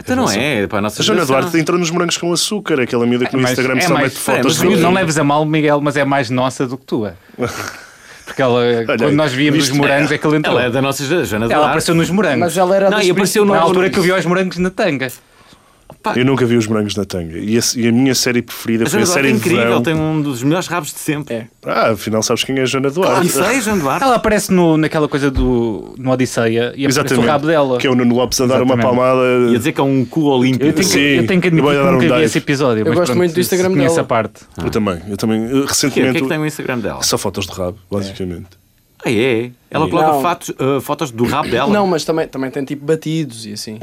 Speaker 1: Então não é, para a nossa
Speaker 3: A Joana
Speaker 1: geração.
Speaker 3: Duarte entrou nos morangos com açúcar, aquela miúda que no
Speaker 2: Mas
Speaker 3: Instagram só mete
Speaker 1: é,
Speaker 3: fotos
Speaker 1: mas
Speaker 3: de
Speaker 1: miúda.
Speaker 2: não leves a mal, Miguel, mas é mais nossa do que tua. Porque ela, quando nós víamos
Speaker 3: isto-
Speaker 2: os morangos, é que ela entrou.
Speaker 1: Ela é
Speaker 2: Ela,
Speaker 1: da nossa geração, Joana Duarte.
Speaker 2: apareceu nos morangos.
Speaker 4: Mas ela é era
Speaker 1: Não,
Speaker 4: das
Speaker 1: e apareceu no-
Speaker 2: na
Speaker 4: principais.
Speaker 2: altura que eu vi os morangos na tanga.
Speaker 3: Eu nunca vi os morangos na tanga. E a, e a minha série preferida
Speaker 1: A Joana
Speaker 3: foi a
Speaker 1: Duarte
Speaker 3: série
Speaker 1: é
Speaker 3: de verão.
Speaker 1: incrível, tem um dos melhores rabos de sempre.
Speaker 4: É.
Speaker 3: Ah, afinal sabes quem é a Joana
Speaker 1: Ah,
Speaker 3: Duarte.
Speaker 1: não sei, Joana Duarte.
Speaker 2: Ela aparece no, naquela coisa do no Odisseia e aparece o rabo dela.
Speaker 3: Que é o Nuno Lopes a dar uma
Speaker 2: Exatamente.
Speaker 1: Ia
Speaker 3: palmada.
Speaker 1: dizer que é um cu
Speaker 2: Eu
Speaker 1: olímpico.
Speaker 2: tenho, que,
Speaker 3: Sim,
Speaker 2: eu tenho que
Speaker 3: eu vou
Speaker 2: admitir
Speaker 3: dar
Speaker 2: que
Speaker 3: um
Speaker 2: nunca vi
Speaker 3: dive.
Speaker 2: esse episódio. mas
Speaker 4: gosto
Speaker 2: pronto,
Speaker 4: muito do
Speaker 2: se
Speaker 4: Instagram
Speaker 2: conhece
Speaker 4: dela.
Speaker 2: a parte.
Speaker 3: Eu também. Eu também.
Speaker 1: O que é o que
Speaker 3: Eu,
Speaker 1: é
Speaker 3: recentemente.
Speaker 1: que tem no Instagram dela?
Speaker 3: Só fotos de rabo, basicamente.
Speaker 1: Ah, é? Ela
Speaker 4: Não.
Speaker 1: coloca fatos, ah, fotos do rabo dela.
Speaker 4: Não, mas também, também tem tipo batidos e assim.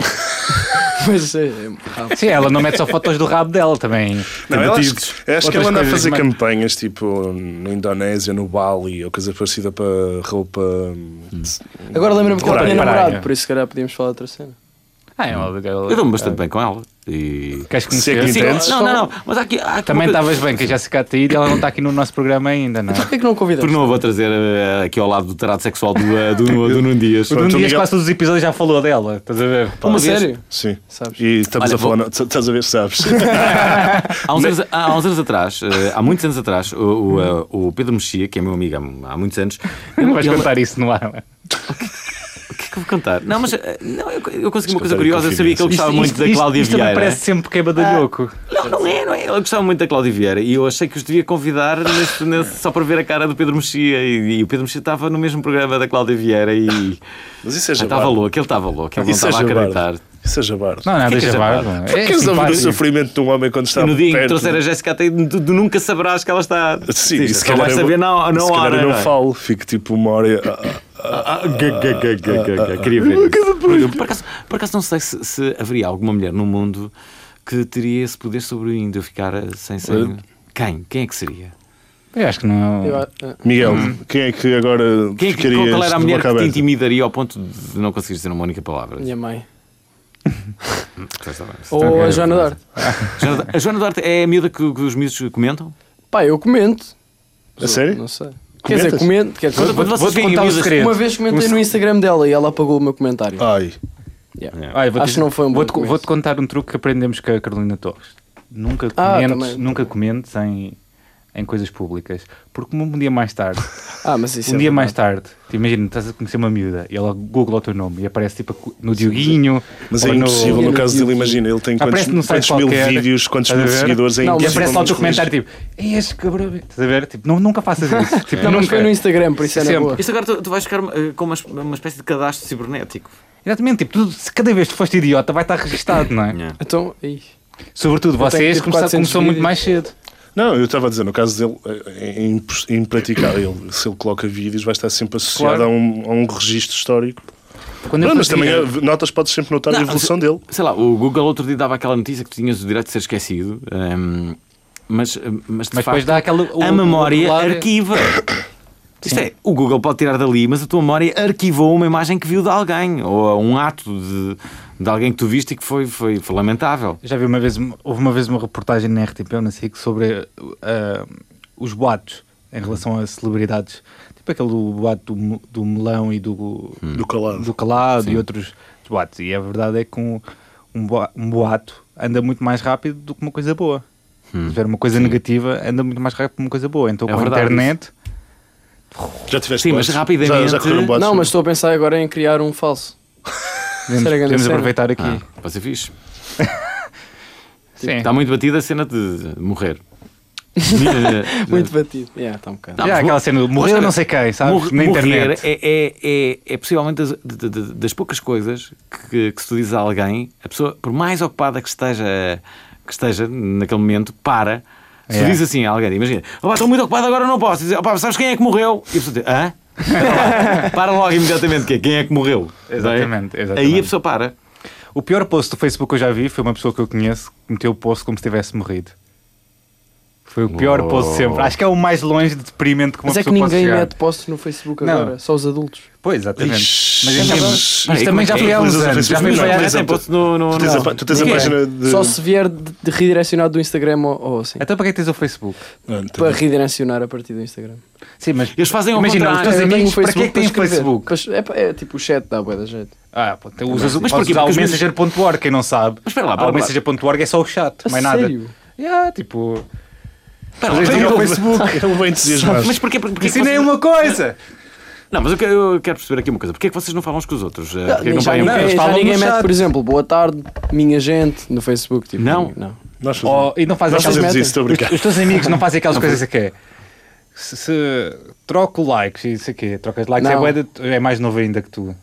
Speaker 4: mas é, é um rabo.
Speaker 2: Sim, ela não mete só fotos do rabo dela também.
Speaker 3: Não, eu acho,
Speaker 1: batidos.
Speaker 3: eu acho
Speaker 2: Outras
Speaker 3: que ela é anda a
Speaker 2: coisas
Speaker 3: fazer
Speaker 2: mais-
Speaker 3: campanhas tipo na Indonésia, no Bali ou coisa parecida para roupa. hum,
Speaker 4: Agora lembra-me que ela
Speaker 3: Praia.
Speaker 4: tinha
Speaker 2: Praia.
Speaker 4: namorado, por isso se calhar podíamos falar de outra cena.
Speaker 2: Ah,
Speaker 3: Hum.
Speaker 2: ela, ela,
Speaker 1: Eu dou-me bastante bem com ela. E...
Speaker 2: Queres
Speaker 3: Se é
Speaker 2: conhecer?
Speaker 3: que
Speaker 1: Sim,
Speaker 3: Entendes?
Speaker 1: não, não, não. Mas há aqui, há aqui
Speaker 2: Também
Speaker 1: uma coisa-
Speaker 2: estavas bem, que já se cá te ir e ela não está aqui no nosso programa ainda, não é?
Speaker 4: Porquê que não convidaste?
Speaker 1: Porque não a vou trazer eh, aqui ao lado do tarado sexual do, eh, do, do Nuno Dias.
Speaker 2: Um
Speaker 3: Então,
Speaker 2: dia
Speaker 3: Miguel-
Speaker 2: quase todos os episódios já falou dela, estás a ver?
Speaker 4: Uma
Speaker 1: Uma vez-
Speaker 4: sério?
Speaker 3: Sim.
Speaker 4: Sabes?
Speaker 3: E estamos
Speaker 1: Olha,
Speaker 3: a falar. não, Estás a ver, sabes?
Speaker 1: Há uns, anos, há uns anos atrás, eh, há muitos anos atrás, o, o, eh, o Pedro Mexia, que é meu amigo há há muitos anos,
Speaker 2: Não vais contar isso no ar. é?
Speaker 1: o que é que eu vou contar? Não, mas eh, não, eu, eu consegui uma coisa
Speaker 3: Descontar em
Speaker 1: curiosa, eu sabia que ele
Speaker 3: confidência.
Speaker 1: gostava muito da Cláudia
Speaker 2: isto também
Speaker 1: Vieira.
Speaker 2: parece sempre que é
Speaker 4: Ah.
Speaker 2: badalhoco.
Speaker 1: Não, não é, não é. Ele gostava muito da Cláudia Vieira e eu achei que os devia convidar nesse- nesse- só para ver a cara do Pedro Mexia. E, e o Pedro Mexia estava no mesmo programa da Cláudia Vieira e
Speaker 3: Mas isso
Speaker 1: Ah,
Speaker 3: é
Speaker 1: estava
Speaker 3: jabardo.
Speaker 1: louco, ele estava louco, ele não
Speaker 3: Isso é
Speaker 1: estava a acreditar.
Speaker 3: jabardo. Isso é jabardo.
Speaker 2: Não, nada,
Speaker 1: que é que é
Speaker 2: já vai. assim,
Speaker 1: jabardo?
Speaker 2: mano.
Speaker 3: Queres
Speaker 2: simpático.
Speaker 3: saber o sofrimento de um homem quando está
Speaker 1: E no dia em que
Speaker 3: perto
Speaker 1: trouxer a Jéssica até tu, tu nunca saberás que ela está.
Speaker 3: Sim,
Speaker 1: Sim,
Speaker 3: e se
Speaker 1: só
Speaker 3: calhar
Speaker 1: vais
Speaker 3: eu-
Speaker 1: saber na, na
Speaker 3: se calhar
Speaker 1: hora.
Speaker 3: eu
Speaker 1: não
Speaker 3: não
Speaker 1: é?
Speaker 3: falo, fico tipo uma hora. ah, ah, ah,
Speaker 1: Ah, ga- ga- ga- ga- ga- ga- Queria ver. isso. Por acaso, por acaso não sei se, se haveria alguma mulher no mundo que teria esse poder sobre mim de eu ficar eh, sem. sem... Quem? Quem é que seria?
Speaker 2: Eu acho que não. é um-
Speaker 4: Eu, ah, ah.
Speaker 3: Miguel, quem é que agora
Speaker 1: Uhum. Quem é que,
Speaker 3: ficarias
Speaker 1: qual era a
Speaker 3: de
Speaker 1: mulher
Speaker 3: boca
Speaker 1: que te
Speaker 3: aberta?
Speaker 1: intimidaria ao ponto de não conseguir dizer uma única palavra? Hum,
Speaker 4: minha mãe.
Speaker 1: Pois está bem.
Speaker 4: Ou a Joana Duarte.
Speaker 1: Joana- A Joana Duarte é a miúda que, que os miúdos comentam?
Speaker 4: Pá, eu comento.
Speaker 3: A sério?
Speaker 4: Não sei. Quer
Speaker 3: Comentas?
Speaker 4: dizer, comento. Quer dizer,
Speaker 1: Quando, quando vocês
Speaker 2: vou-te
Speaker 1: veem
Speaker 2: contar um
Speaker 1: miúdas-
Speaker 2: segredo.
Speaker 4: uma vez comentei no Instagram dela e ela apagou o meu comentário.
Speaker 3: Ai,
Speaker 4: Yeah.
Speaker 2: Olha, vou-te
Speaker 4: Acho que não foi um bom
Speaker 2: vou-te,
Speaker 4: começo.
Speaker 2: vou-te contar um truque que aprendemos com a Carolina Torres. Nunca
Speaker 4: Ah,
Speaker 2: comentes,
Speaker 4: também.
Speaker 2: nunca comentes em, em coisas públicas. Porque um dia mais tarde,
Speaker 4: Ah, mas isso
Speaker 2: um dia
Speaker 4: é verdade.
Speaker 2: mais tarde, te imagina, estás a conhecer uma miúda e ela googla o teu nome e aparece tipo a cu- no Dioguinho.
Speaker 3: mas
Speaker 2: ou
Speaker 3: é
Speaker 2: no- Ah,
Speaker 3: impossível no caso dele, imagina, ele tem quantos,
Speaker 2: Aparece num site
Speaker 3: quantos mil
Speaker 2: qualquer.
Speaker 3: vídeos, quantos
Speaker 2: Estás a
Speaker 3: mil
Speaker 2: ver?
Speaker 3: seguidores, é
Speaker 4: Não, mas
Speaker 2: E
Speaker 3: impossível
Speaker 2: aparece lá o teu
Speaker 3: não
Speaker 2: comentário tipo, "Ei, este cabrão. Estás a ver? Tipo, não, nunca faças
Speaker 3: É.
Speaker 2: isso. Tipo,
Speaker 4: Não, mas
Speaker 2: nunca.
Speaker 4: foi no Instagram, por isso é na
Speaker 2: Sempre.
Speaker 4: boa.
Speaker 1: Isto agora tu, tu vais ficar eh, com uma, es- uma espécie de cadastro cibernético.
Speaker 2: Exatamente, tipo, tu, se cada vez que foste idiota vai estar registado, não é?
Speaker 4: Então, aí.
Speaker 2: Sobretudo
Speaker 4: Eu tenho
Speaker 2: vocês
Speaker 4: tipo
Speaker 2: começaram
Speaker 4: 400
Speaker 2: começou muito
Speaker 4: vídeos.
Speaker 2: mais cedo.
Speaker 3: Não, eu estava a dizer, no caso dele é, é impos- é impraticável. Ele, se ele coloca vídeos, vai estar sempre associado
Speaker 2: Claro.
Speaker 3: a, um, a um registro histórico.
Speaker 2: Quando eu
Speaker 3: Não, mas também
Speaker 2: fazia-
Speaker 3: eh, notas, podes sempre notar
Speaker 1: Não,
Speaker 3: a evolução dele.
Speaker 1: Sei lá, o Google outro dia dava aquela notícia que tu tinhas o direito de ser esquecido, ehm, mas, mas de
Speaker 2: Mas depois
Speaker 1: facto
Speaker 2: dá aquela. o-
Speaker 1: a
Speaker 2: o-
Speaker 1: memória
Speaker 2: o-
Speaker 1: arquiva. Isto é, o Google pode tirar dali, mas a tua memória arquivou uma imagem que viu de alguém ou um ato de, de alguém que tu viste e que foi, foi, foi lamentável.
Speaker 2: Já vi uma vez, houve uma vez uma reportagem na RTP, eu não sei, que sobre ah, os boatos em relação a celebridades. Tipo aquele do boato do, Mo- do melão e do,
Speaker 3: Do calado.
Speaker 2: do calado e outros boatos. E a verdade é que um, um, boa- um boato anda muito mais rápido do que uma coisa boa. Se tiver uma coisa negativa, anda muito mais rápido que uma coisa boa. Então
Speaker 1: É
Speaker 2: com a
Speaker 1: verdade
Speaker 2: internet,
Speaker 3: Já tiveste
Speaker 1: Sim, mas
Speaker 3: boatos?
Speaker 1: rapidamente-
Speaker 3: Já, já correram boatos?
Speaker 4: Não, mas estou a pensar agora em criar um falso.
Speaker 2: podemos,
Speaker 4: Será que anda
Speaker 2: podemos
Speaker 4: sério?
Speaker 2: aproveitar aqui. É.
Speaker 1: Ah, pode ser fixe.
Speaker 2: Sim.
Speaker 1: Está muito batida a cena de morrer.
Speaker 4: Muito batido. Yeah, está um bocado.
Speaker 1: Não,
Speaker 2: Já
Speaker 1: mas
Speaker 2: aquela
Speaker 1: mor-
Speaker 2: cena do morreu
Speaker 1: Oscar,
Speaker 2: não sei quem, sabes?
Speaker 1: Mor-
Speaker 2: na
Speaker 1: tá, Morrer
Speaker 2: internet.
Speaker 1: é, é, é, é possivelmente das, de- de- das poucas coisas que, que se tu dizes a alguém, a pessoa, por mais ocupada que esteja, que esteja naquele momento, para. Se tu
Speaker 2: É.
Speaker 1: diz assim a alguém, imagina, opá, estou muito ocupado, agora não posso. E Dizer, opá, sabes quem é que morreu? E a pessoa diz, hã? Para logo, para logo imediatamente, que é, quem é que morreu?
Speaker 2: Exatamente,
Speaker 1: Não é?
Speaker 2: exatamente.
Speaker 1: Aí a pessoa para.
Speaker 2: O pior post do Facebook que eu já vi foi uma pessoa que eu conheço que meteu o post como se tivesse morrido. Foi o pior
Speaker 1: Uou.
Speaker 2: post de sempre. Acho que é o mais longe de deprimente que uma
Speaker 4: Mas é que
Speaker 2: pessoa pode
Speaker 4: ninguém
Speaker 2: chegar.
Speaker 4: mete posts no Facebook
Speaker 2: Não.
Speaker 4: agora, só os adultos.
Speaker 2: Pois, exatamente.
Speaker 3: Ixi.
Speaker 2: Mas em
Speaker 3: Mas-
Speaker 2: termos-
Speaker 3: mas-
Speaker 2: Isto também já
Speaker 1: como é
Speaker 2: foi há
Speaker 1: que
Speaker 2: uns
Speaker 3: utilizas o
Speaker 2: anos. Já foi
Speaker 3: Facebook? Não,
Speaker 2: há
Speaker 1: Mas
Speaker 3: utiliza-
Speaker 1: tem posto no. no,
Speaker 3: Tu tens,
Speaker 1: no- é?
Speaker 3: a, pá- tu tens a
Speaker 1: Ninguém.
Speaker 3: página de.
Speaker 4: Só se vier de, de redirecionado do Instagram ou, ou assim.
Speaker 2: Até Então, para que tens o Facebook?
Speaker 3: Ah, então-
Speaker 4: Para redirecionar a partir do Instagram.
Speaker 2: Sim, mas.
Speaker 1: Eles fazem ao
Speaker 2: Imagina, os
Speaker 1: contrário.
Speaker 2: teus
Speaker 4: Eu tenho
Speaker 2: amigos,
Speaker 4: um
Speaker 2: para que é que tens
Speaker 4: para escrever.
Speaker 2: Facebook?
Speaker 4: Para- é pa- É, tipo o chat dá bué da jeito.
Speaker 2: Ah, pô, tem- usas,
Speaker 1: Mas
Speaker 2: mas
Speaker 1: porquê?
Speaker 2: porquê? o
Speaker 1: Porque os meus-
Speaker 2: Messenger.org, quem não sabe.
Speaker 1: Mas espera lá,
Speaker 2: Ah,
Speaker 1: espera
Speaker 2: o
Speaker 1: lá.
Speaker 2: Messenger.org é só o chat,
Speaker 4: A
Speaker 2: mais nada.
Speaker 4: sério?
Speaker 2: Yeah, tipo.
Speaker 1: Espera lá,
Speaker 2: Mas
Speaker 1: espera
Speaker 2: é
Speaker 1: lá.
Speaker 2: o Facebook.
Speaker 3: um Ele vai entusiasmado.
Speaker 1: Mas porquê? porquê que
Speaker 2: Isso nem é
Speaker 1: vocês-
Speaker 2: uma coisa.
Speaker 1: Não, mas eu quero, eu quero perceber aqui uma coisa. Porquê é que vocês não falam uns com os outros? Eh, Porquê é que não
Speaker 4: já
Speaker 1: vai um-
Speaker 2: não.
Speaker 4: ninguém,
Speaker 2: eles
Speaker 4: já
Speaker 2: falam
Speaker 4: ninguém
Speaker 2: no
Speaker 4: mete,
Speaker 2: chat.
Speaker 4: por exemplo, boa tarde, minha gente, no Facebook. Tipo,
Speaker 1: Não.
Speaker 4: não.
Speaker 3: Nós fazemos,
Speaker 2: Oh, e não fazem
Speaker 3: nós
Speaker 2: aquelas
Speaker 3: fazemos
Speaker 4: metem.
Speaker 3: isso, estou a brincar.
Speaker 2: Os teus amigos não fazem aquelas coisas que é. Se, se troco likes e isso aqui, trocas likes é,
Speaker 4: Não.
Speaker 2: bué de- é mais novo ainda que tu.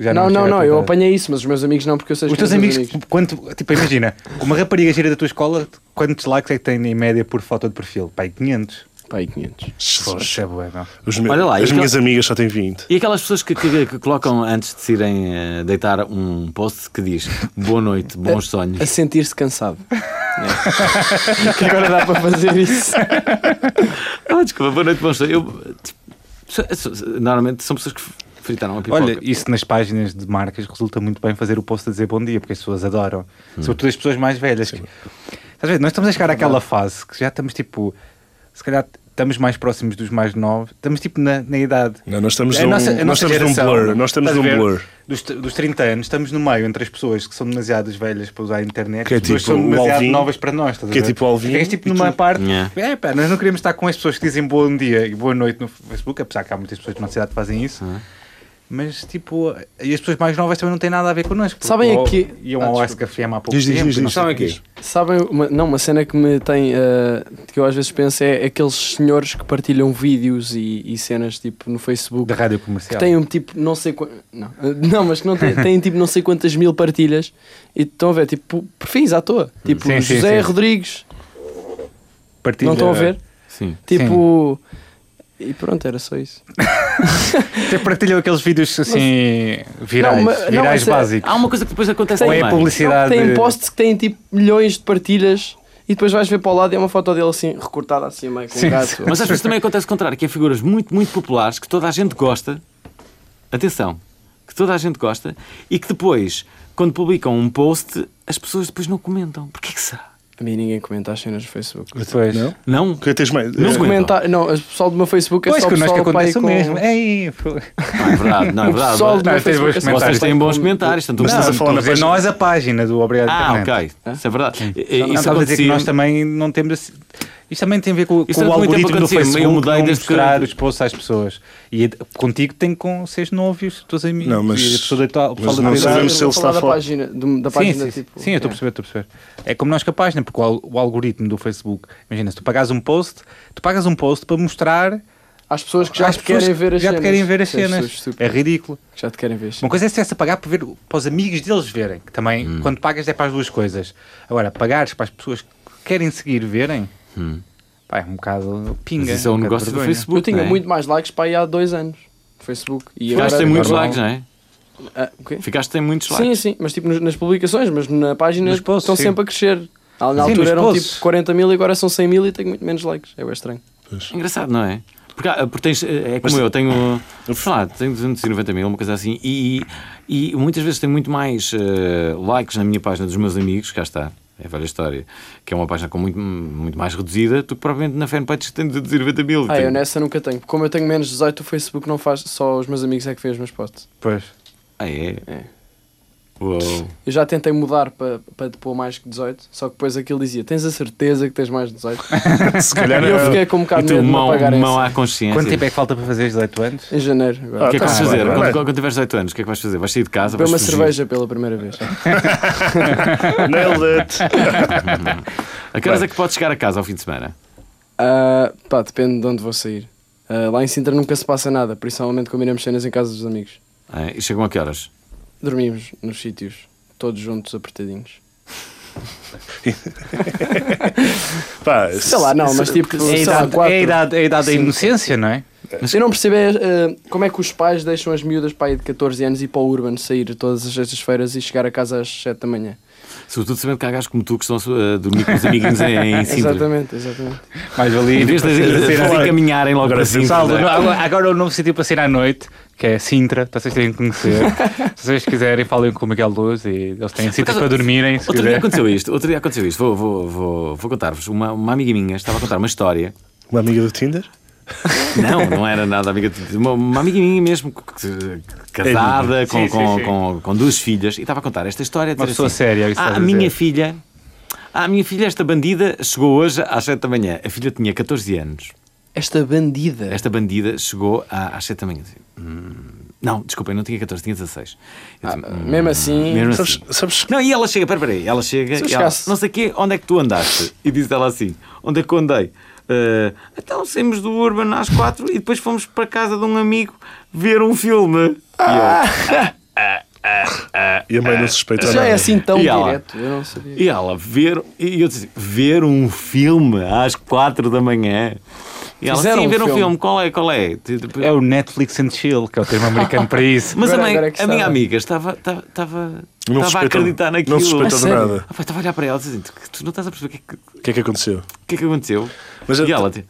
Speaker 2: Já
Speaker 4: Não, não,
Speaker 2: chega a
Speaker 4: não,
Speaker 2: tua
Speaker 4: eu
Speaker 2: idade.
Speaker 4: apanhei isso, mas os meus amigos não, porque eu sei
Speaker 2: Os
Speaker 4: que
Speaker 2: teus
Speaker 4: meus
Speaker 2: amigos, quanto, tipo, imagina, uma rapariga gira da tua escola, quantos likes é que tem em média por foto de perfil? Pai, 500.
Speaker 4: Pá, aí 500.
Speaker 2: Isso é bué, não.
Speaker 3: Os meus-
Speaker 1: Olha lá,
Speaker 3: as
Speaker 2: então-
Speaker 1: e
Speaker 3: minhas amigas só têm 20.
Speaker 1: E aquelas pessoas que, que- que colocam antes de se irem eh, deitar um post que diz boa noite, bons
Speaker 4: A
Speaker 1: sonhos.
Speaker 4: sentir-se cansado. É. Que agora dá para fazer isso.
Speaker 1: Ah, desculpa, boa noite, bons sonhos. Eu, tipo, so- so- normalmente são pessoas que fritaram a pipoca.
Speaker 2: Olha, isso nas páginas de marcas resulta muito bem fazer o post a dizer bom dia, porque as pessoas adoram. Sobretudo as pessoas mais velhas. que- Estás a ver? Nós estamos a chegar àquela fase que já estamos tipo. Se calhar estamos mais próximos dos mais novos, estamos tipo na, na idade.
Speaker 3: Não, nós estamos
Speaker 2: É A
Speaker 3: num-
Speaker 2: nossa- a
Speaker 3: nós
Speaker 2: nossa
Speaker 3: estamos num blur, nós
Speaker 2: estás
Speaker 3: estamos
Speaker 2: a
Speaker 3: num
Speaker 2: ver?
Speaker 3: blur.
Speaker 2: Dos, t- dos 30 anos, estamos no meio entre as pessoas que são demasiadas velhas para usar a internet
Speaker 3: Que
Speaker 2: que
Speaker 3: é
Speaker 2: as pessoas
Speaker 3: tipo
Speaker 2: são
Speaker 3: o
Speaker 2: demasiado
Speaker 3: Alvin,
Speaker 2: novas para nós. estás a
Speaker 3: que é
Speaker 2: ver?
Speaker 3: tipo o Alvin
Speaker 2: Ficas, tipo
Speaker 3: e
Speaker 2: numa
Speaker 3: tu.
Speaker 2: parte.
Speaker 1: Yeah.
Speaker 2: É, pá, nós não queremos estar com as pessoas que dizem bom dia e boa noite no Facebook, apesar que há muitas pessoas na nossa cidade que fazem isso.
Speaker 4: Uhum.
Speaker 2: Mas tipo, e as pessoas mais novas também não têm nada a ver connosco. porque
Speaker 4: Sabem
Speaker 2: ou-
Speaker 4: aqui-
Speaker 2: Iam
Speaker 4: Ah,
Speaker 2: ao
Speaker 4: desculpa.
Speaker 2: Ask FM há pouco
Speaker 3: Diz, diz,
Speaker 2: tempo.
Speaker 3: diz,
Speaker 2: não
Speaker 3: diz.
Speaker 2: sei o quê.
Speaker 3: Diz.
Speaker 4: Sabem, uma, não, uma cena que me tem, ah, que eu às vezes penso é aqueles senhores que partilham vídeos e, e cenas tipo no Facebook.
Speaker 2: Da rádio
Speaker 4: que
Speaker 2: comercial.
Speaker 4: têm um tipo, não sei quan- não, eh, não, mas que não têm, têm tipo não sei quantas mil partilhas e estão a ver, tipo, perfis à toa. Tipo,
Speaker 2: Sim, sim,
Speaker 4: José
Speaker 2: sim.
Speaker 4: Rodrigues,
Speaker 2: Partilha-
Speaker 4: não estão a ver?
Speaker 1: Sim.
Speaker 4: Tipo, e pronto, era só isso.
Speaker 2: Até partilham aqueles vídeos assim virais,
Speaker 4: Não, mas- não,
Speaker 2: virais
Speaker 4: mas é-
Speaker 2: básicos.
Speaker 1: Há uma coisa que depois acontece
Speaker 2: Ou é
Speaker 1: também.
Speaker 2: publicidade.
Speaker 4: Tem posts que têm tipo milhões de partilhas e depois vais ver para o lado e é uma foto dele assim, recortada assim, meio com
Speaker 2: Sim,
Speaker 4: um gato.
Speaker 2: sim.
Speaker 1: Mas às vezes também acontece o contrário, que é figuras muito, muito populares que toda a gente gosta. Atenção, que toda a gente gosta e que depois, quando publicam um post, as pessoas depois não comentam. Porquê que será?
Speaker 4: A mim ninguém comenta as cenas do Facebook.
Speaker 2: Pois.
Speaker 3: Não?
Speaker 1: Não?
Speaker 3: Porque tens mais.
Speaker 1: Não
Speaker 3: eh,
Speaker 1: comentam.
Speaker 4: Comentar, não, o pessoal do meu Facebook é
Speaker 2: Então. Pois
Speaker 4: só o
Speaker 2: que nós
Speaker 4: pessoal
Speaker 2: que
Speaker 4: pai
Speaker 2: acontece o
Speaker 4: com-
Speaker 2: mesmo. É Ei, pô.
Speaker 1: Não é verdade, não é
Speaker 4: O
Speaker 1: verdade.
Speaker 4: pessoal do
Speaker 2: Não,
Speaker 4: meu
Speaker 2: tens bons
Speaker 4: Facebook é só o
Speaker 1: Vocês
Speaker 2: comentários.
Speaker 1: têm bons comentários, tanto
Speaker 3: Mas
Speaker 1: o-
Speaker 3: estás a
Speaker 2: Não,
Speaker 3: falar
Speaker 2: estou
Speaker 3: na
Speaker 2: a dizer
Speaker 3: página-
Speaker 2: nós a página do Obrigado
Speaker 1: Ah,
Speaker 2: Internet.
Speaker 1: ok. Isso é verdade. E-
Speaker 2: Não,
Speaker 1: Isso
Speaker 2: estava a dizer que
Speaker 1: acontecia.
Speaker 2: nós também não temos assim- Isto também tem a ver com,
Speaker 1: Isso
Speaker 2: com
Speaker 1: há
Speaker 2: o
Speaker 1: muito tempo
Speaker 2: algoritmo do
Speaker 1: acontecia. Eu
Speaker 2: Facebook
Speaker 1: mudei
Speaker 2: não
Speaker 1: desde que-
Speaker 2: mostrar os posts às pessoas. E é contigo tem com seres novos, os teus amigos.
Speaker 3: Não, mas-
Speaker 2: e a pessoa da tua- a pessoa
Speaker 3: mas
Speaker 2: da
Speaker 3: não
Speaker 2: tua idade.
Speaker 3: sabemos se ele
Speaker 4: Eu estou a
Speaker 3: está
Speaker 4: falar da
Speaker 3: fora.
Speaker 4: página, do- da
Speaker 2: Sim,
Speaker 4: página
Speaker 2: sim,
Speaker 4: tipo.
Speaker 2: sim, eu estou a
Speaker 4: é.
Speaker 2: perceber, estou a perceber. É como nós com a página, porque o, al- o algoritmo do Facebook, imagina, se tu pagas um post, tu pagas um post para mostrar
Speaker 4: Às é. pessoas que já
Speaker 2: às
Speaker 4: te
Speaker 2: pessoas
Speaker 4: querem
Speaker 2: que
Speaker 4: ver as
Speaker 2: já
Speaker 4: cenas.
Speaker 2: te querem ver as
Speaker 4: Sim, pessoas
Speaker 2: cenas.
Speaker 4: estúpidas
Speaker 2: É ridículo.
Speaker 4: que Já te querem ver as
Speaker 2: Uma
Speaker 4: cenas.
Speaker 2: coisa é se tivesse a pagar para, ver, para os amigos deles verem, que também,
Speaker 1: Hum.
Speaker 2: quando pagas, é para as duas coisas. Agora, pagares para as pessoas que querem seguir verem, pá, é um bocado pinga.
Speaker 1: Hum. Mas isso é um
Speaker 2: bocado
Speaker 1: negócio do
Speaker 2: vergonha.
Speaker 1: Facebook.
Speaker 4: Eu tinha
Speaker 1: não é?
Speaker 4: muito mais likes para aí há dois anos. no Facebook. E
Speaker 1: Ficaste
Speaker 4: agora-
Speaker 1: tem muitos
Speaker 4: agora
Speaker 1: likes, não é?
Speaker 4: Ah, o quê?
Speaker 1: Ficaste tem muitos
Speaker 4: Sim,
Speaker 1: likes.
Speaker 4: sim, mas tipo nos- nas publicações, mas na página
Speaker 2: Nos posts,
Speaker 4: estão
Speaker 2: sim.
Speaker 4: sempre a crescer. Na, na
Speaker 2: Sim, nos
Speaker 4: altura eram
Speaker 2: posts.
Speaker 4: tipo 40 mil e agora são 100 mil e tenho muito menos likes. É bem estranho.
Speaker 1: Engraçado, não é? Porque Porque, há- porque tens, é como eu, tenho, sei lá, tenho 290 mil, uma coisa assim, e, e muitas vezes tenho muito mais eh, likes na minha página dos meus amigos, cá está, é a velha história, que é uma página com muito, muito mais reduzida do que provavelmente na fanpage que tem 290 mil. Tipo,
Speaker 4: Ah, eu nessa nunca tenho. porque Como eu tenho menos 18, o Facebook não faz. Só os meus amigos é que veem os meus posts.
Speaker 2: Pois.
Speaker 1: Ah, é?
Speaker 4: É.
Speaker 1: Uou.
Speaker 4: Eu já tentei mudar para para te pôr mais que 18, só que depois aquilo dizia: Tens a certeza que tens mais de 18?
Speaker 3: Se calhar
Speaker 4: E eu fiquei com um bocado
Speaker 1: E
Speaker 4: de
Speaker 1: tu,
Speaker 4: medo de não
Speaker 1: mão,
Speaker 4: pagar
Speaker 1: mão
Speaker 4: essa.
Speaker 1: à consciência.
Speaker 2: Quanto tempo é que falta para fazer os 18 anos?
Speaker 4: Em janeiro. Agora.
Speaker 1: O que é que
Speaker 3: Ah,
Speaker 1: vais
Speaker 3: tá,
Speaker 1: fazer?
Speaker 3: vai, vai,
Speaker 1: quando,
Speaker 3: vai.
Speaker 1: quando tiveres 18 anos, o que é que vais fazer? Vais sair de casa? Vais
Speaker 4: Beber uma
Speaker 1: fugir?
Speaker 4: cerveja pela primeira vez.
Speaker 3: é Nailed it.
Speaker 1: A que horas é que podes chegar a casa ao fim de semana?
Speaker 4: Ah, pá, depende de onde vou sair. Ah, lá em Sintra nunca se passa nada, principalmente combinamos cenas em casa dos amigos.
Speaker 1: Ah, e chegam a que horas?
Speaker 4: Dormimos nos sítios, todos juntos, apertadinhos.
Speaker 3: Pá,
Speaker 4: Sei lá, não, mas tipo,
Speaker 2: É a
Speaker 4: sei lá,
Speaker 2: idade,
Speaker 4: quatro.
Speaker 2: é a idade, é a idade da
Speaker 4: Cinco.
Speaker 2: inocência, não é?
Speaker 4: Eu não percebo é, ah, como é que os pais deixam as miúdas para aí de 14 anos e para o Urban sair todas as sextas-feiras e chegar a casa às 7 da manhã.
Speaker 1: Sobretudo sabendo que há gajos como tu que estão a dormir com os amiguinhos em, em Sintra.
Speaker 4: Exatamente, exatamente.
Speaker 2: Mais
Speaker 1: Em
Speaker 2: valia.
Speaker 1: vez de, de, de,
Speaker 3: Falar.
Speaker 1: caminharem logo
Speaker 3: Agora
Speaker 1: para
Speaker 3: sim,
Speaker 1: Sintra.
Speaker 2: Saldo,
Speaker 1: não é?
Speaker 2: agora- agora o novo sítio para sair à noite, que é Sintra, para vocês terem que conhecer. se vocês quiserem, falem com o Miguel Luz e eles têm sítios para dormirem. Se
Speaker 1: Outro dia
Speaker 2: quiser.
Speaker 1: aconteceu isto, outro dia aconteceu isto, vou, vou, vou, vou contar-vos. Uma, uma amiga minha estava a contar uma história.
Speaker 3: Uma amiga do Tinder?
Speaker 1: Não, não era nada amiga. de- Uma, uma amiga minha mesmo, que- que- casada,
Speaker 2: Sim,
Speaker 1: com,
Speaker 2: sim,
Speaker 1: com,
Speaker 2: sim.
Speaker 1: Com, com duas filhas, e estava a contar esta história. a
Speaker 2: Uma
Speaker 1: dizer
Speaker 2: pessoa
Speaker 1: assim,
Speaker 2: séria, é isso
Speaker 1: "Ah,
Speaker 2: estás
Speaker 1: a
Speaker 2: a
Speaker 1: minha
Speaker 2: dizer."
Speaker 1: filha, ah, a minha filha, esta bandida, chegou hoje às 7 da manhã. A filha tinha 14 anos.
Speaker 4: Esta bandida.
Speaker 1: Esta bandida chegou à- às 7 da manhã. Eu disse, "Hum, não, desculpem, não tinha 14, tinha 16. Eu disse, "Hum,
Speaker 4: Mesmo assim,
Speaker 1: mesmo
Speaker 3: Sabes,
Speaker 1: assim."
Speaker 3: sabes
Speaker 1: Não, e ela chega, peraí, peraí, ela chega,
Speaker 4: Se eu
Speaker 1: e ela,
Speaker 4: chegasse-
Speaker 1: não sei o quê, onde é que tu andaste? E diz ela assim, onde é que eu andei? "Ah, então saímos do Urban às quatro e depois fomos para casa de um amigo ver um filme.
Speaker 4: Ah!
Speaker 3: E a mãe não suspeita
Speaker 4: já
Speaker 3: nada.
Speaker 4: é assim tão
Speaker 1: E ela?
Speaker 4: direto. Eu não sabia.
Speaker 1: E ela, ver, e eu disse, ver um filme às quatro da manhã? E ela,
Speaker 4: Fizeram
Speaker 1: sim,
Speaker 4: um
Speaker 1: ver um
Speaker 4: filme.
Speaker 1: filme, qual é, qual é? Tipo,
Speaker 2: É o Netflix and Chill, que é o termo americano para isso.
Speaker 1: Mas
Speaker 4: Agora-
Speaker 1: a, mãe-
Speaker 4: agora é que
Speaker 1: a minha
Speaker 4: estava.
Speaker 1: amiga estava, estava, estava,
Speaker 3: Não
Speaker 1: estava a
Speaker 3: suspeitou-
Speaker 1: acreditar naquilo.
Speaker 3: não suspeitou
Speaker 1: Ah,
Speaker 3: de
Speaker 1: sério?
Speaker 3: nada.
Speaker 1: Ah, pá, estava a olhar para ela dizendo que tu não estás a perceber o que, é que-
Speaker 3: O que é que aconteceu?
Speaker 1: o que é que aconteceu.
Speaker 3: Mas
Speaker 1: e
Speaker 3: eu-
Speaker 1: ela tipo,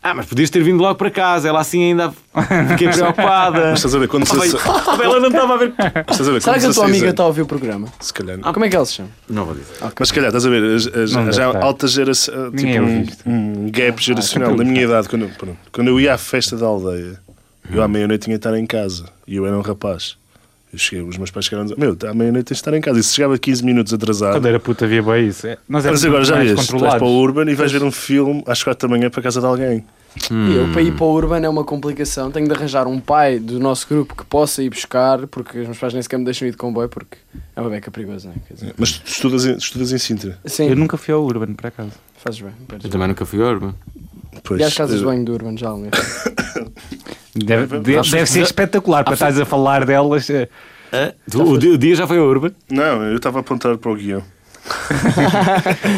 Speaker 1: ah, mas podias ter vindo logo para casa. Ela assim ainda fiquei preocupada.
Speaker 3: Mas estás a ver, quando
Speaker 1: Ah,
Speaker 3: se-
Speaker 1: bem, ah, bem, ela não estava a ver.
Speaker 3: Estás a ver, com
Speaker 4: Será que a tua
Speaker 3: 16
Speaker 4: amiga tá-
Speaker 3: anos-
Speaker 4: está a ouvir o programa?
Speaker 3: Se calhar.
Speaker 4: Como é que ela se chama?
Speaker 1: Não vou dizer.
Speaker 3: Mas se calhar, estás a ver, as- as-
Speaker 2: Não deve
Speaker 3: já
Speaker 4: tá.
Speaker 2: estar.
Speaker 3: há alta geração,
Speaker 2: Ninguém
Speaker 3: tipo
Speaker 2: ouve
Speaker 3: um,
Speaker 2: isto.
Speaker 3: um
Speaker 4: Ah,
Speaker 3: gap geracional da minha idade. Quando, eu- pronto, quando eu ia à festa da aldeia, eu
Speaker 4: Hum.
Speaker 3: à meia-noite tinha de estar em casa e eu era um rapaz. Eu cheguei, os meus pais chegaram a dizer: Meu, à meia-noite tens de estar em casa. E se chegava 15 minutos atrasado,
Speaker 2: Quando era puta havia bem isso. É, Nós éramos
Speaker 3: mas agora já
Speaker 2: mais
Speaker 3: vês, tu vais para o
Speaker 2: controlados.
Speaker 3: Urban e vais ver um filme às 4 da manhã para a casa de alguém.
Speaker 1: Hum.
Speaker 4: E Eu, para ir para o Urban é uma complicação. Tenho de arranjar um pai do nosso grupo que possa ir buscar, porque os meus pais nem sequer me deixam ir de comboio, porque é uma beca perigosa, não é? Quer dizer,
Speaker 3: Mas tu estudas em, estudas em Sintra.
Speaker 4: Sim,
Speaker 2: Eu nunca fui ao Urban, por acaso.
Speaker 4: fazes bem. perdes
Speaker 1: Eu
Speaker 4: bem.
Speaker 1: também nunca fui orbe.
Speaker 3: Pois,
Speaker 4: E às casas de
Speaker 3: eh,
Speaker 4: banho do Urban já né? há algum tempo.
Speaker 2: Deve, de- deve ser espetacular para estás a falar delas. eh,
Speaker 1: o, dia- o dia já Ah, então foi a urbe?
Speaker 3: Não, eu estava a apontar para o guião.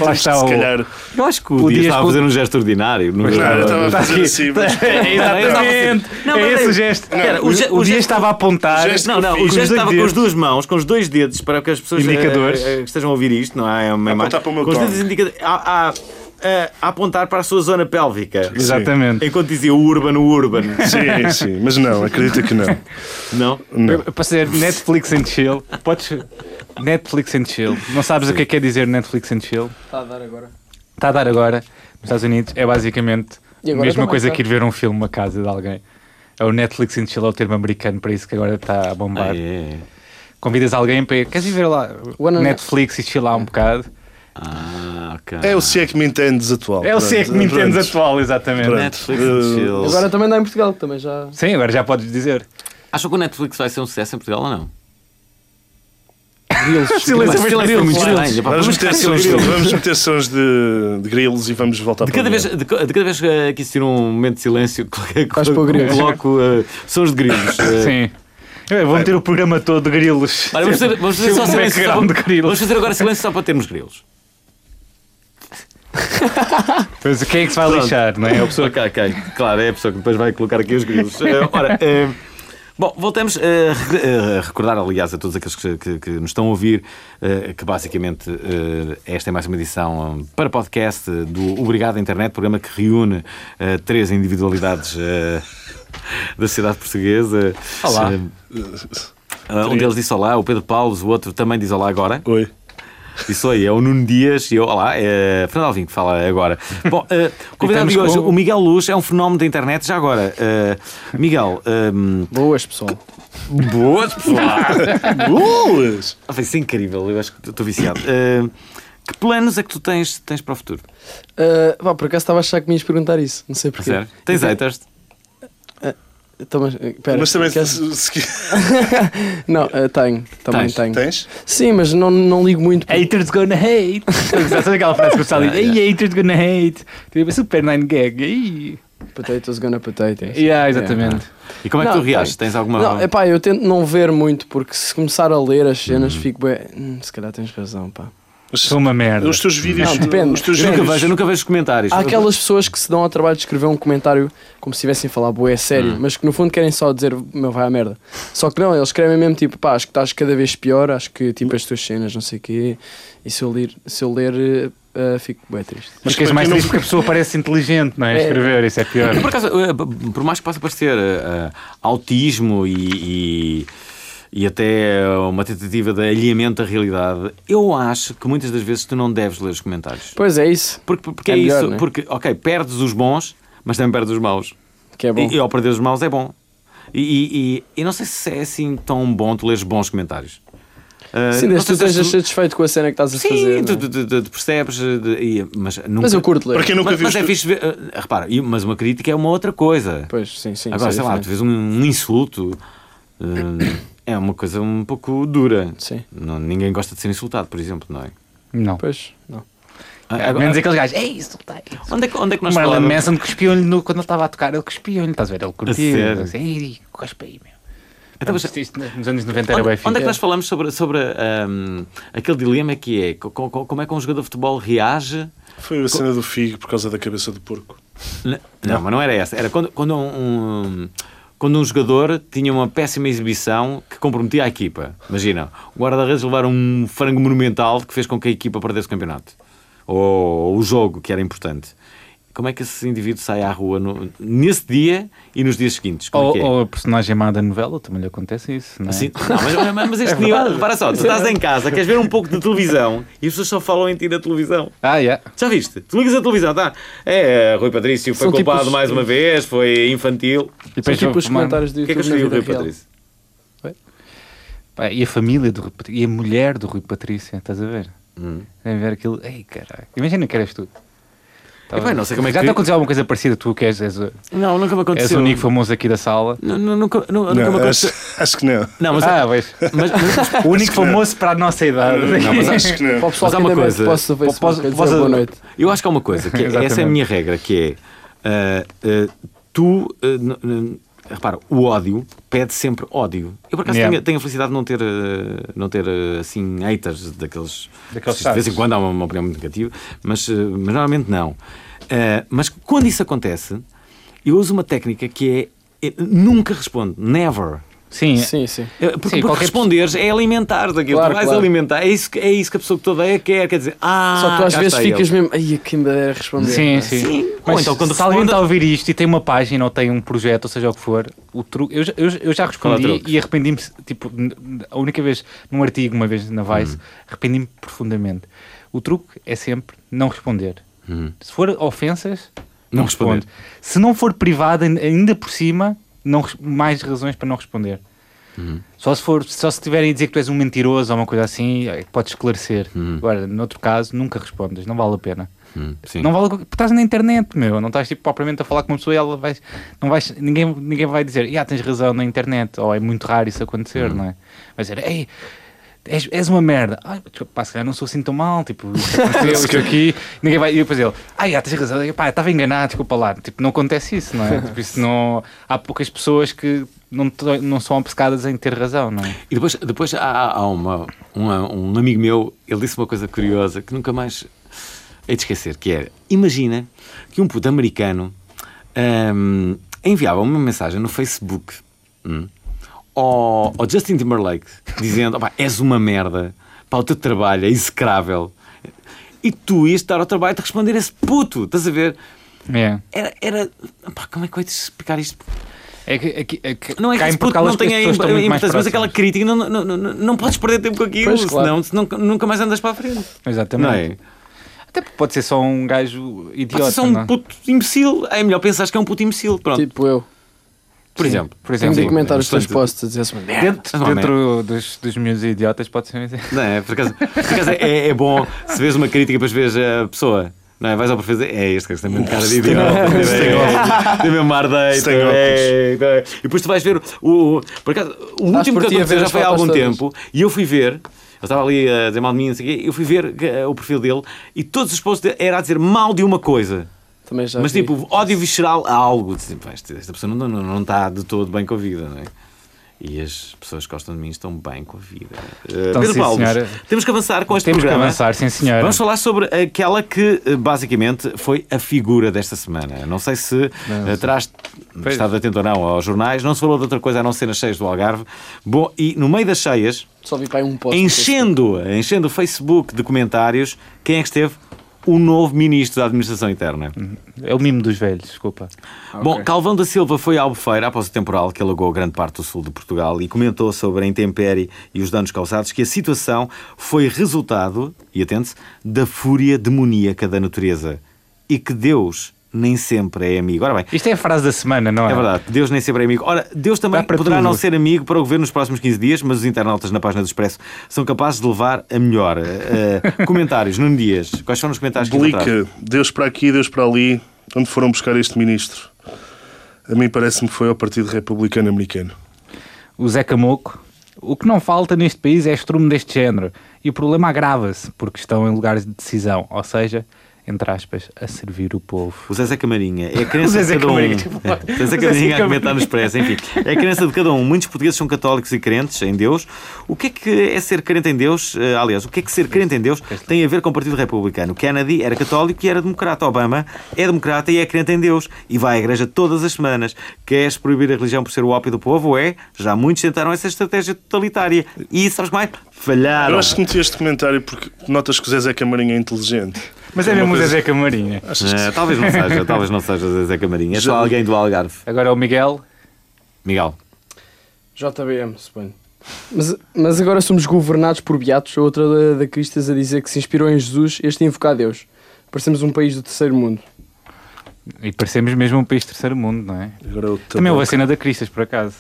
Speaker 2: Lá está
Speaker 3: Se
Speaker 2: o.
Speaker 3: calhar.
Speaker 1: Eu acho que o, dia,
Speaker 2: O dia
Speaker 1: estava a
Speaker 2: escu-
Speaker 1: fazer um gesto ordinário. Não,
Speaker 3: Não, eu estava a
Speaker 1: Tá
Speaker 3: fazer
Speaker 1: aqui.
Speaker 3: assim. mas-
Speaker 2: É, Exatamente!
Speaker 1: Não,
Speaker 2: é
Speaker 1: mas
Speaker 2: esse
Speaker 1: é-
Speaker 2: o gesto.
Speaker 1: Espera,
Speaker 2: o,
Speaker 1: o ge- o
Speaker 2: o dia
Speaker 1: gesto-
Speaker 2: estava a apontar.
Speaker 3: o um gesto-
Speaker 1: Não, não, o
Speaker 2: os dois
Speaker 1: gesto estava com as
Speaker 2: dedos.
Speaker 1: duas mãos, com os dois dedos, para que as pessoas eh,
Speaker 2: Indicadores.
Speaker 1: eh, que estejam a ouvir isto, não é? É uma imagem.
Speaker 3: apontar Ah, para o meu
Speaker 1: com os
Speaker 3: tom.
Speaker 1: dedos indicadores. A, a- a- a apontar para a sua zona pélvica.
Speaker 2: Exatamente.
Speaker 1: Enquanto dizia o urban, o urban.
Speaker 3: Sim, sim, mas não, acredita que não.
Speaker 1: Não?
Speaker 3: Não.
Speaker 2: Para ser Netflix and Chill, podes. Netflix and Chill. Não sabes o que é que quer dizer Netflix and Chill?
Speaker 4: Está a dar agora.
Speaker 2: Está a dar agora nos Estados Unidos. É basicamente
Speaker 4: E
Speaker 2: a
Speaker 4: agora
Speaker 2: mesma
Speaker 4: também,
Speaker 2: coisa
Speaker 4: tá?
Speaker 2: que ir ver um filme a casa de alguém. É o Netflix and Chill, é o termo americano para isso que agora está a bombar.
Speaker 1: Ah, é.
Speaker 2: Convidas alguém para ir. Queres ir ver lá
Speaker 4: One on-
Speaker 2: Netflix e chill lá um bocado?
Speaker 1: Ah, ok.
Speaker 3: É o Se é que me entendes atual.
Speaker 2: É o se é que me
Speaker 3: Pronto.
Speaker 2: entendes atual, exatamente.
Speaker 3: Pronto.
Speaker 1: Netflix and
Speaker 3: Eh,
Speaker 1: chill.
Speaker 4: Agora também dá em Portugal, também já.
Speaker 2: Sim, agora já podes dizer.
Speaker 1: Acham que o Netflix vai ser um sucesso em Portugal ou não?
Speaker 2: Silêncio,
Speaker 1: Mas silêncio é muito estranho. pá. Vamos
Speaker 3: Vamos meter
Speaker 1: cá-
Speaker 3: sons, de, vamos meter sons de, de grilos e vamos voltar
Speaker 1: De
Speaker 3: para
Speaker 1: cada,
Speaker 3: o
Speaker 1: vez,
Speaker 2: é.
Speaker 3: guião.
Speaker 1: de, ca- de cada vez eh, que existir um momento de silêncio, qualquer
Speaker 4: Vais
Speaker 1: coisa,
Speaker 4: para o grilo.
Speaker 1: coloco eh, sons de grilos. eh,
Speaker 2: Sim. Eu vou meter o programa todo de grilos.
Speaker 1: Olha, vamos fazer, vamos fazer
Speaker 2: Sempre
Speaker 1: só
Speaker 2: um
Speaker 1: silêncio. Só,
Speaker 2: background de grilos.
Speaker 1: vamos fazer agora silêncio só para termos grilos.
Speaker 2: Mas quem é que se vai
Speaker 1: Pronto.
Speaker 2: lixar, não é? A pessoa
Speaker 1: Ok, ok. Claro, é a pessoa que depois vai colocar aqui os grilos. Eh, ora, eh, Bom, voltamos a re- a recordar, aliás, a todos aqueles que, que- que nos estão a ouvir, eh, que basicamente eh, esta é mais uma edição eh, para podcast eh, do Obrigado Internet, programa que reúne eh, três individualidades eh, da sociedade portuguesa.
Speaker 2: Olá.
Speaker 1: Eh, eh, um deles disse olá, o Pedro Paulos, o outro também diz olá agora.
Speaker 3: Oi.
Speaker 1: Isso aí, é o Nuno Dias e eu, olá, é Fernando Alvim que fala agora. Bom, eh, o convidado
Speaker 2: Estamos
Speaker 1: de hoje,
Speaker 2: com-
Speaker 1: o Miguel Luz, é um fenómeno da internet já agora. Eh, Miguel, ehm,
Speaker 4: Boas, pessoal.
Speaker 1: boas pessoal!
Speaker 3: Boas!
Speaker 1: Ah, Foi isso é incrível, eu acho que estou viciado. Eh, que planos é que tu tens, tens para o futuro?
Speaker 4: Ah, vá, por acaso estava a achar que me ias perguntar isso. Não sei porquê.
Speaker 1: Sério? Tens haters?
Speaker 4: Então, mas, eh, pera,
Speaker 3: Mas também
Speaker 4: queres-
Speaker 3: se, se qui-
Speaker 4: Não, eh, tenho. Também
Speaker 1: Tens?
Speaker 4: tenho.
Speaker 3: tens?
Speaker 4: Sim, mas não, não ligo muito. porque-
Speaker 2: Haters gonna hate. Sabes aquela frase que o Sally diz? Ei, haters gonna hate. Tipo, Super 9 gag. Ei.
Speaker 4: Potatoes gonna potatoes.
Speaker 2: Yeah, exatamente.
Speaker 1: E como é que
Speaker 4: Não,
Speaker 1: tu reages?
Speaker 4: tenho.
Speaker 1: Tens alguma.
Speaker 4: Não, é epá, eu tento não ver muito, porque se começar a ler as cenas, fico bem. "Hum, se calhar tens razão, pá.
Speaker 3: Mas
Speaker 2: Sou uma merda.
Speaker 3: os teus vídeos.
Speaker 4: Não, depende.
Speaker 3: Os teus
Speaker 1: eu nunca
Speaker 3: vídeos.
Speaker 1: vejo, eu nunca vejo os comentários.
Speaker 4: Há aquelas pessoas que se dão ao trabalho de escrever um comentário como se estivessem a falar boé, é
Speaker 1: Hum.
Speaker 4: sério, mas que no fundo querem só dizer, meu, vai à merda. Só que não, eles escrevem mesmo tipo, pá, acho que estás cada vez pior, acho que tipo as tuas cenas, não sei o quê. E se eu ler, se eu ler eh, eh, fico bem triste.
Speaker 2: Mas
Speaker 3: Mas
Speaker 2: ficas
Speaker 3: para
Speaker 2: mais
Speaker 3: quem não-
Speaker 2: triste porque a pessoa parece inteligente, não é? Escrever, isso é pior.
Speaker 1: Por acaso, eh, p- por mais que possa parecer eh, eh, autismo e, e, e até uma tentativa de alinhamento da realidade, eu acho que muitas das vezes tu não deves ler os comentários.
Speaker 4: Pois é isso,
Speaker 1: Porque, porque é,
Speaker 4: É melhor,
Speaker 1: isso,
Speaker 4: né?
Speaker 1: porque, ok, perdes os bons, mas também perdes os maus.
Speaker 4: que é bom.
Speaker 1: E, e ao perder os maus é bom. E, e, e- e não sei se é assim tão bom tu leres bons comentários. Ah,
Speaker 4: Sim,
Speaker 1: não sei
Speaker 4: desde que tu
Speaker 1: se
Speaker 4: estejas
Speaker 1: és tu-
Speaker 4: satisfeito com a cena que estás a fazer.
Speaker 1: Sim,
Speaker 4: não é?
Speaker 1: tu, tu- tu- tu- tu percebes, eh, de- e- mas nunca...
Speaker 4: Mas eu curto ler.
Speaker 3: Para quem nunca
Speaker 1: mas,
Speaker 3: viu.
Speaker 1: mas
Speaker 3: os
Speaker 1: é
Speaker 3: teus-
Speaker 1: fixe ver- ah, repara, e- mas uma crítica é uma outra coisa.
Speaker 4: Pois, sim, sim.
Speaker 1: Agora,
Speaker 4: isso
Speaker 1: sei
Speaker 4: é
Speaker 1: lá, tu vês
Speaker 4: diferente.
Speaker 1: um, um insulto, ah, é uma coisa um pouco dura.
Speaker 4: Sim.
Speaker 1: Não, ninguém gosta de ser insultado, por exemplo, não é?
Speaker 2: Não.
Speaker 4: Pois, não.
Speaker 1: Ah,
Speaker 2: É,
Speaker 1: agora-
Speaker 2: menos aqueles gajos. Ei, isso não tem.
Speaker 1: onde, é que, onde é que nós
Speaker 2: Marilyn
Speaker 1: falávamos?
Speaker 2: Manson cuspiu-lhe no- quando ele estava a tocar, ele cuspiu-lhe, estás a ver? Ele
Speaker 1: sério?
Speaker 2: curtiu. Assim, Ei, cospe aí, meu.
Speaker 1: Então, mas-
Speaker 2: Isto- isto nos anos 90 era
Speaker 1: Onde,
Speaker 2: bem
Speaker 1: onde é que
Speaker 2: fixe.
Speaker 1: nós falamos sobre, sobre ahm, aquele dilema que é co- co- como é que um jogador de futebol reage?
Speaker 3: Foi a cena do figo por causa da cabeça do porco.
Speaker 1: N- Não, mas não era essa. Era quando, quando, um, um- quando um jogador tinha uma péssima exibição que comprometia a equipa. Imagina, o guarda-redes levar um frango monumental que fez com que a equipa perdesse o campeonato. Ou, o jogo, que era importante. Como é que esse indivíduo sai à rua no- nesse dia e nos dias seguintes? Como é
Speaker 2: Ou,
Speaker 1: que é?
Speaker 2: ou a personagem má da novela, também lhe acontece isso, não é?
Speaker 1: Assim, não, mas, mas- mas este nível, para só, tu estás em casa, queres ver um pouco de televisão e as pessoas só falam em ti na televisão.
Speaker 2: Ah, yeah.
Speaker 1: Já viste? Tu ligas a televisão, tá? É, Rui Patrício foi
Speaker 4: São
Speaker 1: culpado
Speaker 4: tipos-
Speaker 1: mais uma vez, foi infantil.
Speaker 2: E
Speaker 4: São
Speaker 2: depois
Speaker 4: tipo
Speaker 2: vou
Speaker 4: os
Speaker 2: fumar-
Speaker 4: comentários do
Speaker 1: O que é
Speaker 4: YouTube
Speaker 1: que eu
Speaker 4: na
Speaker 1: escrevi o
Speaker 4: vida
Speaker 1: Rui
Speaker 4: real.
Speaker 1: Patrício?
Speaker 2: Pá, e a família do Rui Patrício, e a mulher do Rui Patrício, estás a ver?
Speaker 1: Hum.
Speaker 2: Vem ver aquilo, ei caralho, imagina que eras tu.
Speaker 1: E bem, não sei como é
Speaker 2: Já
Speaker 1: que-
Speaker 2: te aconteceu alguma coisa parecida, tu que és, és, o-
Speaker 1: Não, nunca me
Speaker 2: és
Speaker 1: aconteceu.
Speaker 2: o único famoso aqui da sala.
Speaker 1: Nu- nu- Nunca, nu- nunca me
Speaker 3: Não, é acho,
Speaker 1: aconteceu.
Speaker 3: acho que não.
Speaker 1: Não, mas,
Speaker 2: ah, vejo.
Speaker 1: mas, mas-
Speaker 2: O único famoso para a nossa idade.
Speaker 3: Não, mas acho que
Speaker 4: Para
Speaker 3: não.
Speaker 4: o pessoal
Speaker 1: Mas há
Speaker 4: que
Speaker 1: uma
Speaker 4: ainda
Speaker 1: coisa-
Speaker 4: mete posts no
Speaker 2: Posso-
Speaker 4: Facebook, a dizer
Speaker 2: posso-
Speaker 4: boa noite.
Speaker 1: eu acho que há uma coisa, que é- essa é a
Speaker 2: Exatamente.
Speaker 1: minha regra, que é ah, ah, tu ah, n- n- repara, o ódio pede sempre ódio. Eu por acaso
Speaker 2: Yeah.
Speaker 1: tenho, tenho a felicidade de não ter, ah, não ter ah, assim haters daqueles,
Speaker 2: Daqueles
Speaker 1: de vez em
Speaker 2: chatos.
Speaker 1: quando há uma, uma opinião muito negativa, mas, ah, mas normalmente não. Ah, mas quando isso acontece, eu uso uma técnica que é eh, nunca respondo, never.
Speaker 2: Sim,
Speaker 4: Sim, sim.
Speaker 1: É, Porque,
Speaker 2: Sim,
Speaker 1: porque
Speaker 2: qualquer
Speaker 1: responderes é alimentares aquilo,
Speaker 4: Claro,
Speaker 1: tu vais
Speaker 4: claro.
Speaker 1: alimentar, é isso, que- é isso que a pessoa que te odeia quer, quer dizer, ah,
Speaker 4: Só que tu às
Speaker 1: cá
Speaker 4: vezes
Speaker 1: está ele.
Speaker 4: ficas mesmo. Ai, é que me dera responder.
Speaker 2: Sim,
Speaker 4: pá."
Speaker 2: sim.
Speaker 1: Ou então quando
Speaker 2: se alguém
Speaker 1: responde-
Speaker 2: está a ouvir isto e tem uma página ou tem um projeto, ou seja o que for, o truque. Eu, já- eu, eu já
Speaker 1: Qual é o
Speaker 2: respondi
Speaker 1: truque?
Speaker 2: e arrependi-me, tipo, n- n- a única vez, num artigo, uma vez na Vice, arrependi-me profundamente. O truque é sempre não responder. Se for ofensas,
Speaker 1: Não
Speaker 2: responde.
Speaker 1: responder.
Speaker 2: Se não for privada, ain- ainda por cima, não, res- mais razões para não responder. Só se, for, só se tiverem a dizer que tu és um mentiroso ou uma coisa assim, é que podes esclarecer. Agora, noutro caso, nunca respondas, não vale a pena.
Speaker 1: Hum, sim.
Speaker 2: Não vale, porque estás na internet, meu. Não estás tipo, propriamente a falar com uma pessoa e ela vai. Não vais, ninguém, ninguém vai dizer, ah, tens razão na internet. Ou é muito raro isso
Speaker 1: Uhum.
Speaker 2: acontecer, não é? Vai dizer, ei, és, és uma merda. Ai, desculpa, pá, se calhar não sou assim tão mal. Tipo, isto aconteceu, isto aqui. Ninguém vai. E depois ele, ah, já, tens razão. Pá, estava enganado, desculpa lá. Tipo, não acontece isso, não é? Tipo, isso não, há poucas pessoas que não, to- não são obcecadas em ter razão, não é?
Speaker 1: E depois, depois há, há- há uma, uma- um amigo meu, ele disse uma coisa curiosa que nunca mais hei de esquecer, que era, imagina que um puto americano hum, enviava uma mensagem no Facebook hum, ao, ao Justin Timberlake dizendo: "Opá, és uma merda, pá, o teu trabalho é execrável. E tu ias estar ao trabalho de responder a esse puto, estás a ver?
Speaker 2: É.
Speaker 1: Era. era pá, como é que eu ia te explicar isto?
Speaker 2: É que, é que- é que
Speaker 1: Não é que
Speaker 2: cá em
Speaker 1: esse puto
Speaker 2: Portugal
Speaker 1: não
Speaker 2: as- as
Speaker 1: tenha
Speaker 2: pessoas estão muito mais
Speaker 1: importância, mas aquela
Speaker 2: próximas.
Speaker 1: crítica, não, não, não, não, não podes perder tempo com aquilo,
Speaker 4: Pois, claro.
Speaker 1: senão, senão nunca mais andas para a frente. Não
Speaker 2: Exatamente.
Speaker 1: é?
Speaker 2: Até porque pode ser só um gajo
Speaker 1: Pá,
Speaker 2: idiota.
Speaker 1: se é
Speaker 2: não
Speaker 1: um
Speaker 2: é?
Speaker 1: puto imbecil, é melhor pensar que é um puto imbecil. Pronto,
Speaker 4: Tipo eu.
Speaker 1: por
Speaker 2: Sim,
Speaker 1: exemplo. é
Speaker 2: Por
Speaker 4: Tenho
Speaker 2: exemplo.
Speaker 4: de comentar os teus
Speaker 1: Bastante.
Speaker 4: posts a dizer assim, merda.
Speaker 2: Dentro,
Speaker 1: Ah, não,
Speaker 2: dentro dos, dos miúdos idiotas pode ser um exemplo.
Speaker 1: Não é? Por acaso, por acaso é, é bom se vês uma crítica, depois vês a pessoa. Não é? Vais ao perfil e dizes, é este que tem muito cara de idiota. é, é, Tem mesmo ar de.
Speaker 3: Tem óculos.
Speaker 1: é, é. E depois tu vais ver o. o- Por acaso, o último
Speaker 4: por
Speaker 1: que
Speaker 4: ti a
Speaker 1: aconteceu
Speaker 4: ver
Speaker 1: já
Speaker 4: as
Speaker 1: foi há
Speaker 4: fotos
Speaker 1: algum
Speaker 4: todas.
Speaker 1: tempo e eu fui ver. Eu estava ali a dizer mal de mim, não sei o quê. Eu fui ver eh, o perfil dele e todos os posts dele era a dizer mal de uma coisa.
Speaker 4: Também já
Speaker 1: Mas
Speaker 4: vi.
Speaker 1: tipo, ódio visceral a algo. Dizem, "Pá, este- Esta pessoa não, não, não está de todo bem com a vida, não é? E as pessoas que gostam de mim estão bem com a vida. Eh,
Speaker 2: Então,
Speaker 1: Pedro
Speaker 2: sim,
Speaker 1: Paulo,
Speaker 2: senhora.
Speaker 1: temos que avançar com este
Speaker 2: Temos que
Speaker 1: programa.
Speaker 2: avançar, sim senhora.
Speaker 1: Vamos falar sobre aquela que eh, basicamente foi a figura desta semana. Não sei se eh, terás
Speaker 2: Pois.
Speaker 1: estado atento ou não aos jornais, não se falou de outra coisa a não ser nas cheias do Algarve. Bom, e no meio das cheias,
Speaker 4: Só vi para aí um post.
Speaker 1: enchendo, enchendo o Facebook de comentários, quem é que esteve? O novo ministro da Administração Interna.
Speaker 2: É o mimo dos velhos, desculpa.
Speaker 1: Bom, Calvão da Silva foi à Albufeira após o temporal que alagou grande parte do sul de Portugal e comentou sobre a intempérie e os danos causados que a situação foi resultado, e atente-se, da fúria demoníaca da natureza e que Deus nem sempre é amigo. Ora bem,
Speaker 2: Isto é a frase da semana, não é?
Speaker 1: é verdade, Deus nem sempre é amigo. Ora, Deus também
Speaker 2: Dá para
Speaker 1: poderá
Speaker 2: tudo.
Speaker 1: não ser amigo para o governo nos próximos 15 dias, mas os internautas na página do Expresso são capazes de levar a melhor. Eh, eh, comentários, Nuno Dias, quais foram os comentários que encontraram?
Speaker 3: Blica, Deus para aqui, Deus para ali, onde foram buscar este ministro? A mim parece-me que foi ao Partido Republicano Americano.
Speaker 2: O Zé Camoco. O que não falta neste país é estrume deste género. E o problema agrava-se porque estão em lugares de decisão, ou seja, entre aspas, a servir o povo.
Speaker 1: O Zezé Camarinha. É a crença
Speaker 2: O
Speaker 1: de
Speaker 2: Zezé
Speaker 1: cada um.
Speaker 2: Camarinha,
Speaker 1: É,
Speaker 2: tipo,
Speaker 1: o Zezé Camarinha a comentar no Expresso, enfim. É a crença de cada um. Muitos portugueses são católicos e crentes em Deus. O que é que é ser crente em Deus? Eh, Aliás, o que é que ser crente em Deus tem a ver com o Partido Republicano? Kennedy era católico e era democrata. Obama é democrata e é crente em Deus. E vai à igreja todas as semanas. Queres proibir a religião por ser o ópio do povo? É. Já muitos tentaram essa estratégia totalitária. E, sabes mais? Falharam.
Speaker 3: Eu acho que meti este comentário porque notas que o Zezé Camarinha é inteligente.
Speaker 2: Mas é
Speaker 3: Uma
Speaker 2: mesmo o
Speaker 3: coisa-
Speaker 2: Zé Camarinha.
Speaker 3: Achas que
Speaker 1: Eh, talvez não seja, talvez não seja o Zezé Camarinha. É só alguém do Algarve.
Speaker 2: Agora é o Miguel.
Speaker 1: Miguel.
Speaker 4: JBM, suponho. Mas, mas agora somos governados por beatos, a outra da, da Cristas a dizer que se inspirou em Jesus, este a invocar Deus. Parecemos um país do terceiro mundo.
Speaker 2: E parecemos mesmo um país de terceiro mundo, não é?
Speaker 3: Agora é o
Speaker 2: Também houve a
Speaker 3: tabaco.
Speaker 2: cena da Cristas, por acaso.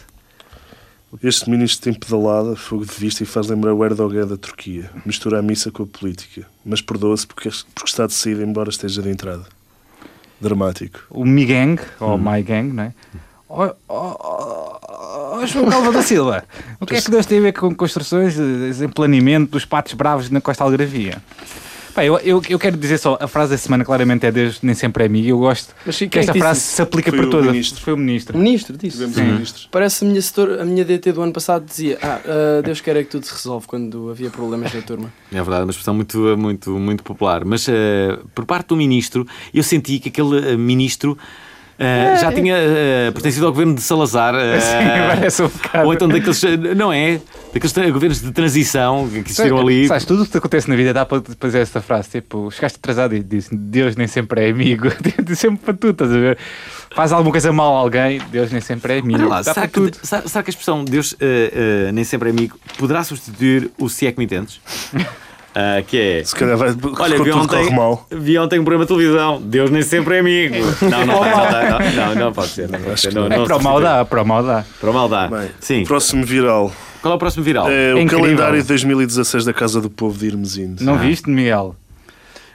Speaker 3: Este ministro tem pedalada, fogo de vista e faz lembrar o Erdogan da Turquia. Mistura a missa com a política. Mas perdoa-se porque, porque está de saída, embora esteja de entrada. Dramático.
Speaker 2: O Mi Gang, ou
Speaker 1: Uhum.
Speaker 2: My Gang, não é? Ó ó, ó, ó, João Calva da Silva, o que é que Deus tem a ver com construções eh, em planeamento dos patos bravos na Costa Algaravia? Pá, eu, eu, eu quero dizer só, a frase da semana claramente é Deus nem sempre é amigo, eu gosto
Speaker 4: Mas quem
Speaker 2: que
Speaker 4: é que
Speaker 2: esta
Speaker 4: disse
Speaker 2: frase
Speaker 4: isso?
Speaker 2: se aplica
Speaker 3: Foi
Speaker 2: para
Speaker 3: o
Speaker 2: toda.
Speaker 3: ministro.
Speaker 2: Foi o
Speaker 4: O
Speaker 2: ministro.
Speaker 4: ministro disse.
Speaker 3: Tivemos um ministro.
Speaker 4: Parece a minha, setor, a minha DT do ano passado dizia: Ah, ah, Deus queira que tudo se resolve quando havia problemas na turma.
Speaker 1: É verdade, é uma expressão muito, muito, muito popular. Mas eh, por parte do ministro, eu senti que aquele eh, ministro
Speaker 2: É.
Speaker 1: eh, já tinha eh, pertencido ao governo de Salazar. eh,
Speaker 2: parece um bocado.
Speaker 1: ou então daqueles, eh, não é? Daqueles tra- governos de transição que que existiram
Speaker 2: Sabe-
Speaker 1: ali.
Speaker 2: Sabes, tudo o que te acontece na vida dá para te fazer esta frase. Tipo, chegaste atrasado e disse Deus nem sempre é amigo. Diz sempre para tudo, estás a ver? Faz alguma coisa mal a alguém, Deus nem sempre é amigo.
Speaker 1: Olha lá,
Speaker 2: dá
Speaker 1: será
Speaker 2: para
Speaker 1: que,
Speaker 2: tudo.
Speaker 1: será, será que a expressão Deus eh, eh, nem sempre é amigo poderá substituir o se é que me entendes? Ah, que é.
Speaker 3: Se calhar vai.
Speaker 1: Olha,
Speaker 3: quando
Speaker 1: vi
Speaker 3: tudo corre
Speaker 1: ontem,
Speaker 3: mal.
Speaker 1: vi ontem um programa de televisão. Deus nem sempre é amigo. Não, não pode ser. Não, não, não pode ser. Não, pode ser, não,
Speaker 2: É
Speaker 1: não
Speaker 2: para o mal
Speaker 1: substitui.
Speaker 2: dá, para o mal dá.
Speaker 1: Para o mal dá.
Speaker 3: Bem,
Speaker 1: Sim.
Speaker 3: Próximo viral.
Speaker 1: Qual é o próximo viral?
Speaker 3: É, o
Speaker 2: Incrível.
Speaker 3: calendário de 2016 da Casa do Povo de Irmesinde.
Speaker 2: Não viste, Miguel?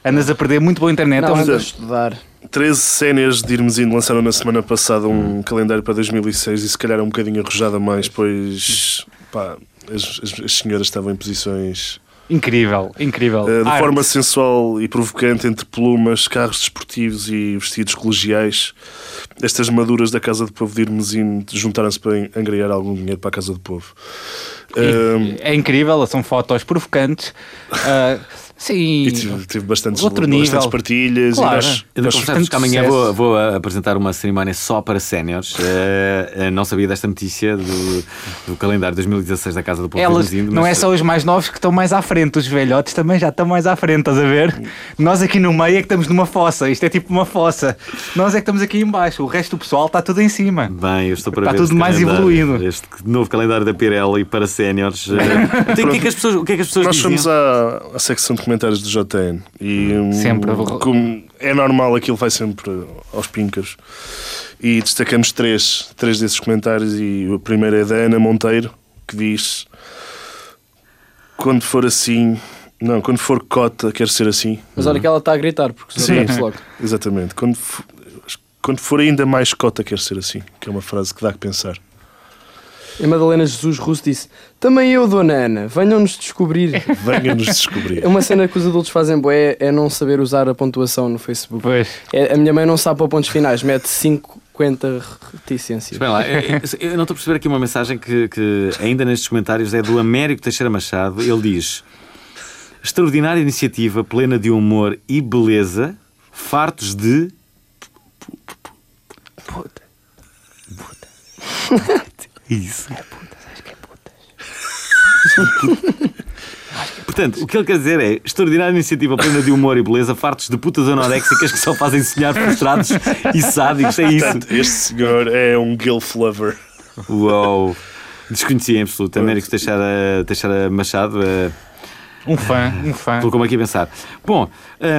Speaker 2: Andas a perder muito boa internet.
Speaker 3: Então
Speaker 2: é
Speaker 4: Não,
Speaker 2: Estamos-
Speaker 4: ando a estudar.
Speaker 3: 13 sénias de Irmesinde lançaram na semana passada
Speaker 2: Hum.
Speaker 3: um calendário para 2006 e se calhar é um bocadinho arrojado a mais,
Speaker 2: Hum.
Speaker 3: pois pá, as, as- as senhoras estavam em posições
Speaker 2: Incrível, incrível.
Speaker 3: eh, de
Speaker 2: Arte.
Speaker 3: forma sensual e provocante entre plumas, carros desportivos e vestidos colegiais. Estas maduras da Casa do Povo de Irmesinde juntaram-se para en- angariar algum dinheiro para a Casa do Povo.
Speaker 2: E- É incrível, são fotos provocantes. Ah, Sim.
Speaker 3: E tive, tive bastantes,
Speaker 2: Outro
Speaker 3: bastantes
Speaker 2: nível.
Speaker 3: partilhas.
Speaker 2: Claro.
Speaker 3: E nós,
Speaker 1: Eu devo
Speaker 3: nós-
Speaker 1: confessar-vos que
Speaker 2: tanto
Speaker 1: amanhã
Speaker 2: sucesso.
Speaker 1: vou, vou, ah, apresentar uma cerimónia só para séniores. Eh, eh, não sabia desta notícia do, do calendário 2016 da Casa do Povo
Speaker 2: Elas,
Speaker 1: Carmesim,
Speaker 2: não
Speaker 1: mas-
Speaker 2: é só os mais novos que estão mais à frente, os velhotes também já estão mais à frente, estás a ver? Nós aqui no meio é que estamos numa fossa, isto é tipo uma fossa. Nós é que estamos aqui em baixo, o resto do pessoal está tudo em cima.
Speaker 1: Bem, eu estou para
Speaker 2: Está
Speaker 1: ver
Speaker 2: tudo
Speaker 1: este
Speaker 2: mais
Speaker 1: calendário,
Speaker 2: evoluído.
Speaker 1: Este novo calendário da Pirelli para séniores. eh, então, e o que é que as pessoas, o que é que as pessoas
Speaker 3: Nós
Speaker 1: diziam?
Speaker 3: fomos à, à secção de comentários do JTN e hum,
Speaker 2: Sempre.
Speaker 3: como é normal aquilo vai sempre aos pincas e destacamos três, três desses comentários e o primeiro é da Ana Monteiro que diz quando for assim não, quando for cota quer ser assim
Speaker 4: Mas olha que ela está a gritar, porque
Speaker 3: Sim.
Speaker 4: senão perde-se logo.
Speaker 3: exatamente, quando for, quando for ainda mais cota quer ser assim que é uma frase que dá que pensar
Speaker 4: E Madalena Jesus Russo disse: Também eu, dona Ana, venham-nos descobrir. É
Speaker 3: venha-nos descobrir
Speaker 4: Uma cena que os adultos fazem bué é não saber usar a pontuação no Facebook.
Speaker 2: Pois.
Speaker 4: É, a minha mãe não sabe para pontos finais, mete 50 reticências.
Speaker 1: Espera lá, eu, eu- eu não estou a perceber aqui uma mensagem que, que ainda nestes comentários é do Américo Teixeira Machado. Ele diz: Extraordinária iniciativa plena de humor e beleza, fartos de. Isso. Portanto, o que ele quer dizer é extraordinária iniciativa plena de humor e beleza, fartos de putas anoréxicas que só fazem sonhar frustrados e sádicos. É isso.
Speaker 3: Portanto, este senhor é um guilf lover
Speaker 1: Uau! Desconheci em absoluto. Américo Teixeira, Teixeira Machado, eh,
Speaker 2: Um fã, um fã.
Speaker 1: colocou-me aqui a é pensar. Bom,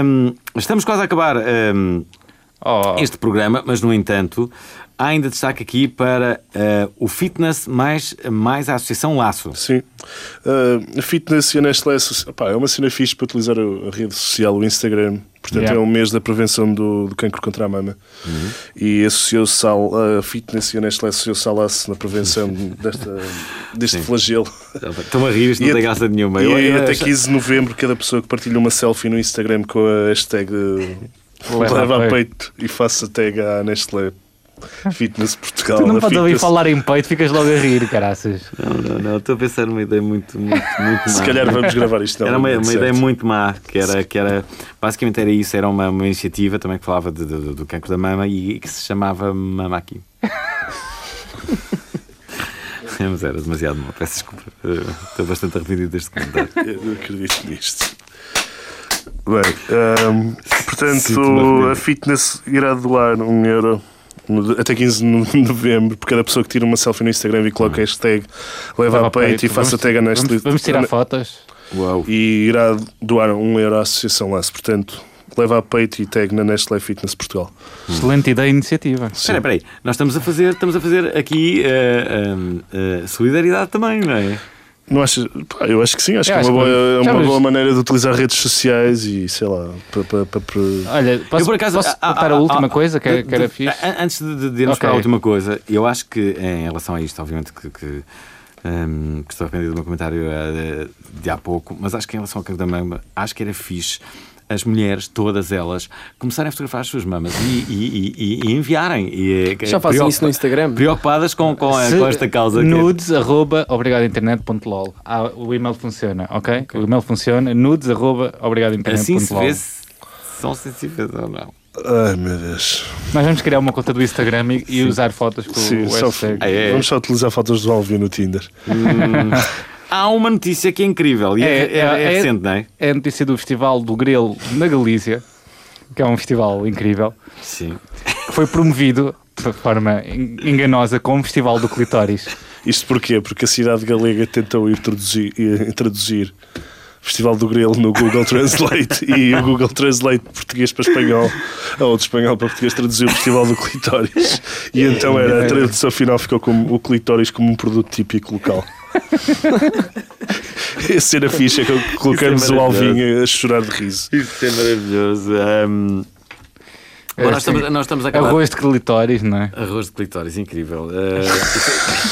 Speaker 1: hum, estamos quase a acabar hum,
Speaker 2: Oh.
Speaker 1: este programa, mas no entanto, há ainda destaque aqui para eh, o fitness mais, mais a Associação Laço.
Speaker 3: Sim. Ah, a fitness e a Nestlé so- opá, é uma cena fixe para utilizar o- a rede social, o Instagram. Portanto,
Speaker 2: Yeah.
Speaker 3: é um mês da prevenção do, do cancro contra a mama. E associou-se ao- a fitness e a Nestlé associou-se ao laço na prevenção desta, deste flagelo.
Speaker 1: Estão a rir, isto
Speaker 3: E
Speaker 1: não tem
Speaker 3: até-
Speaker 1: graça nenhuma.
Speaker 3: E
Speaker 1: Eu- eu-
Speaker 3: até
Speaker 1: eu-
Speaker 3: 15 de novembro, cada pessoa que partilha uma selfie no Instagram com a hashtag eh,
Speaker 2: Leva a
Speaker 3: leva a
Speaker 2: peito.
Speaker 3: peito e faça tag à Nestlé Fitness Portugal.
Speaker 2: Tu não
Speaker 3: a
Speaker 2: podes ouvir
Speaker 3: fitness.
Speaker 2: falar em peito, ficas logo a rir, caraças.
Speaker 1: Não, não, não, estou a pensar numa ideia muito, muito, muito má.
Speaker 3: Se calhar vamos gravar isto.
Speaker 1: Era uma, uma
Speaker 3: novamente, Então, certo?
Speaker 1: ideia muito má, que era, que era basicamente era isso, era uma, uma iniciativa também que falava de- de- do cancro da mama e, e que se chamava Mama Aqui. É, Mas era demasiado mal, peço desculpa. Eh, Estou bastante arrependido deste comentário.
Speaker 3: Eu não acredito nisto. Bem, hum,
Speaker 1: Sinto-me
Speaker 3: portanto,
Speaker 1: arrependido.
Speaker 3: a fitness irá doar um euro no- até 15 de novembro por cada pessoa que tira uma selfie no Instagram e coloca a hashtag leva, a peito, e faça
Speaker 2: Hum. Vamos-
Speaker 3: tag a Nestlé.
Speaker 2: Vamos, vamos tirar fotos.
Speaker 1: Uau.
Speaker 3: E irá doar um euro à Associação Laço. Portanto, leva a peito e tag na Nestlé Fitness Portugal.
Speaker 2: Excelente ideia e iniciativa.
Speaker 1: Espera, espera aí, nós estamos a fazer, estamos a fazer aqui eh, eh, eh, solidariedade também, não é?
Speaker 3: Não achas? Pá, eu acho que sim, acho
Speaker 2: Eu
Speaker 3: que é
Speaker 2: acho
Speaker 3: uma, boa,
Speaker 2: que-
Speaker 3: é
Speaker 2: Já,
Speaker 3: uma
Speaker 2: mas-
Speaker 3: boa maneira de utilizar redes sociais e sei lá, para.
Speaker 2: Olha, posso,
Speaker 1: Eu, por acaso,
Speaker 2: posso
Speaker 1: ah,
Speaker 2: contar
Speaker 1: ah,
Speaker 2: a última
Speaker 1: ah,
Speaker 2: coisa que, era-
Speaker 1: de-
Speaker 2: que era
Speaker 1: de-
Speaker 2: fixe?
Speaker 1: a- Antes de, de, de irmos
Speaker 2: Ok.
Speaker 1: para a última coisa, eu acho que em relação a isto, obviamente que, que, hum, que estou arrependido do meu comentário eh, de, de há pouco, mas acho que em relação ao cancro da mama, acho que era fixe as mulheres, todas elas, começarem a fotografar as suas mamas e, e- e- e- e enviarem. E, eh,
Speaker 4: Já fazem
Speaker 1: preocupa-
Speaker 4: isso no Instagram?
Speaker 1: Preocupadas com, com, a-
Speaker 2: Se-
Speaker 1: É, com esta causa. que-
Speaker 2: Nudes, arroba, obrigadointernet.lol. Ah, o e-mail funciona, ok? O e-mail funciona, nudes, arroba, obrigadointernet.lol.
Speaker 1: assim se vê se são sensíveis ou não.
Speaker 3: Ai meu Deus.
Speaker 2: Nós vamos criar uma conta do Instagram e, e usar fotos com
Speaker 3: Sim,
Speaker 2: o
Speaker 3: só-
Speaker 2: hashtag.
Speaker 1: Tipo, Ah, é?
Speaker 3: Vamos só utilizar fotos do Alvin no Tinder.
Speaker 1: Há uma notícia que é incrível e é,
Speaker 2: É,
Speaker 1: é- é
Speaker 2: é-
Speaker 1: recente, não é?
Speaker 2: É a notícia do Festival do Grelo na Galícia, que é um festival incrível,
Speaker 1: Sim.
Speaker 2: que foi promovido de forma en- enganosa como Festival do Clitóris.
Speaker 1: É
Speaker 3: Isto porquê? Porque a cidade galega tentou ir traduzir, ir traduzir Festival do Grelo no Google Translate e o Google Translate de português para espanhol, ou de espanhol para português, traduziu o Festival do Clitóris. E então era, a tradução final ficou como o Clitóris como um produto típico local. A cena ficha que colocamos
Speaker 1: Isso é
Speaker 3: o
Speaker 1: maravilhoso.
Speaker 3: Alvinho a chorar de riso.
Speaker 1: Isso é maravilhoso. Ahm, bom,
Speaker 2: É,
Speaker 1: nós,
Speaker 2: assim,
Speaker 1: estamos, nós estamos a acabar. Arroz,
Speaker 2: Arroz de clitóris, não é?
Speaker 1: de clitóris, incrível. Ah,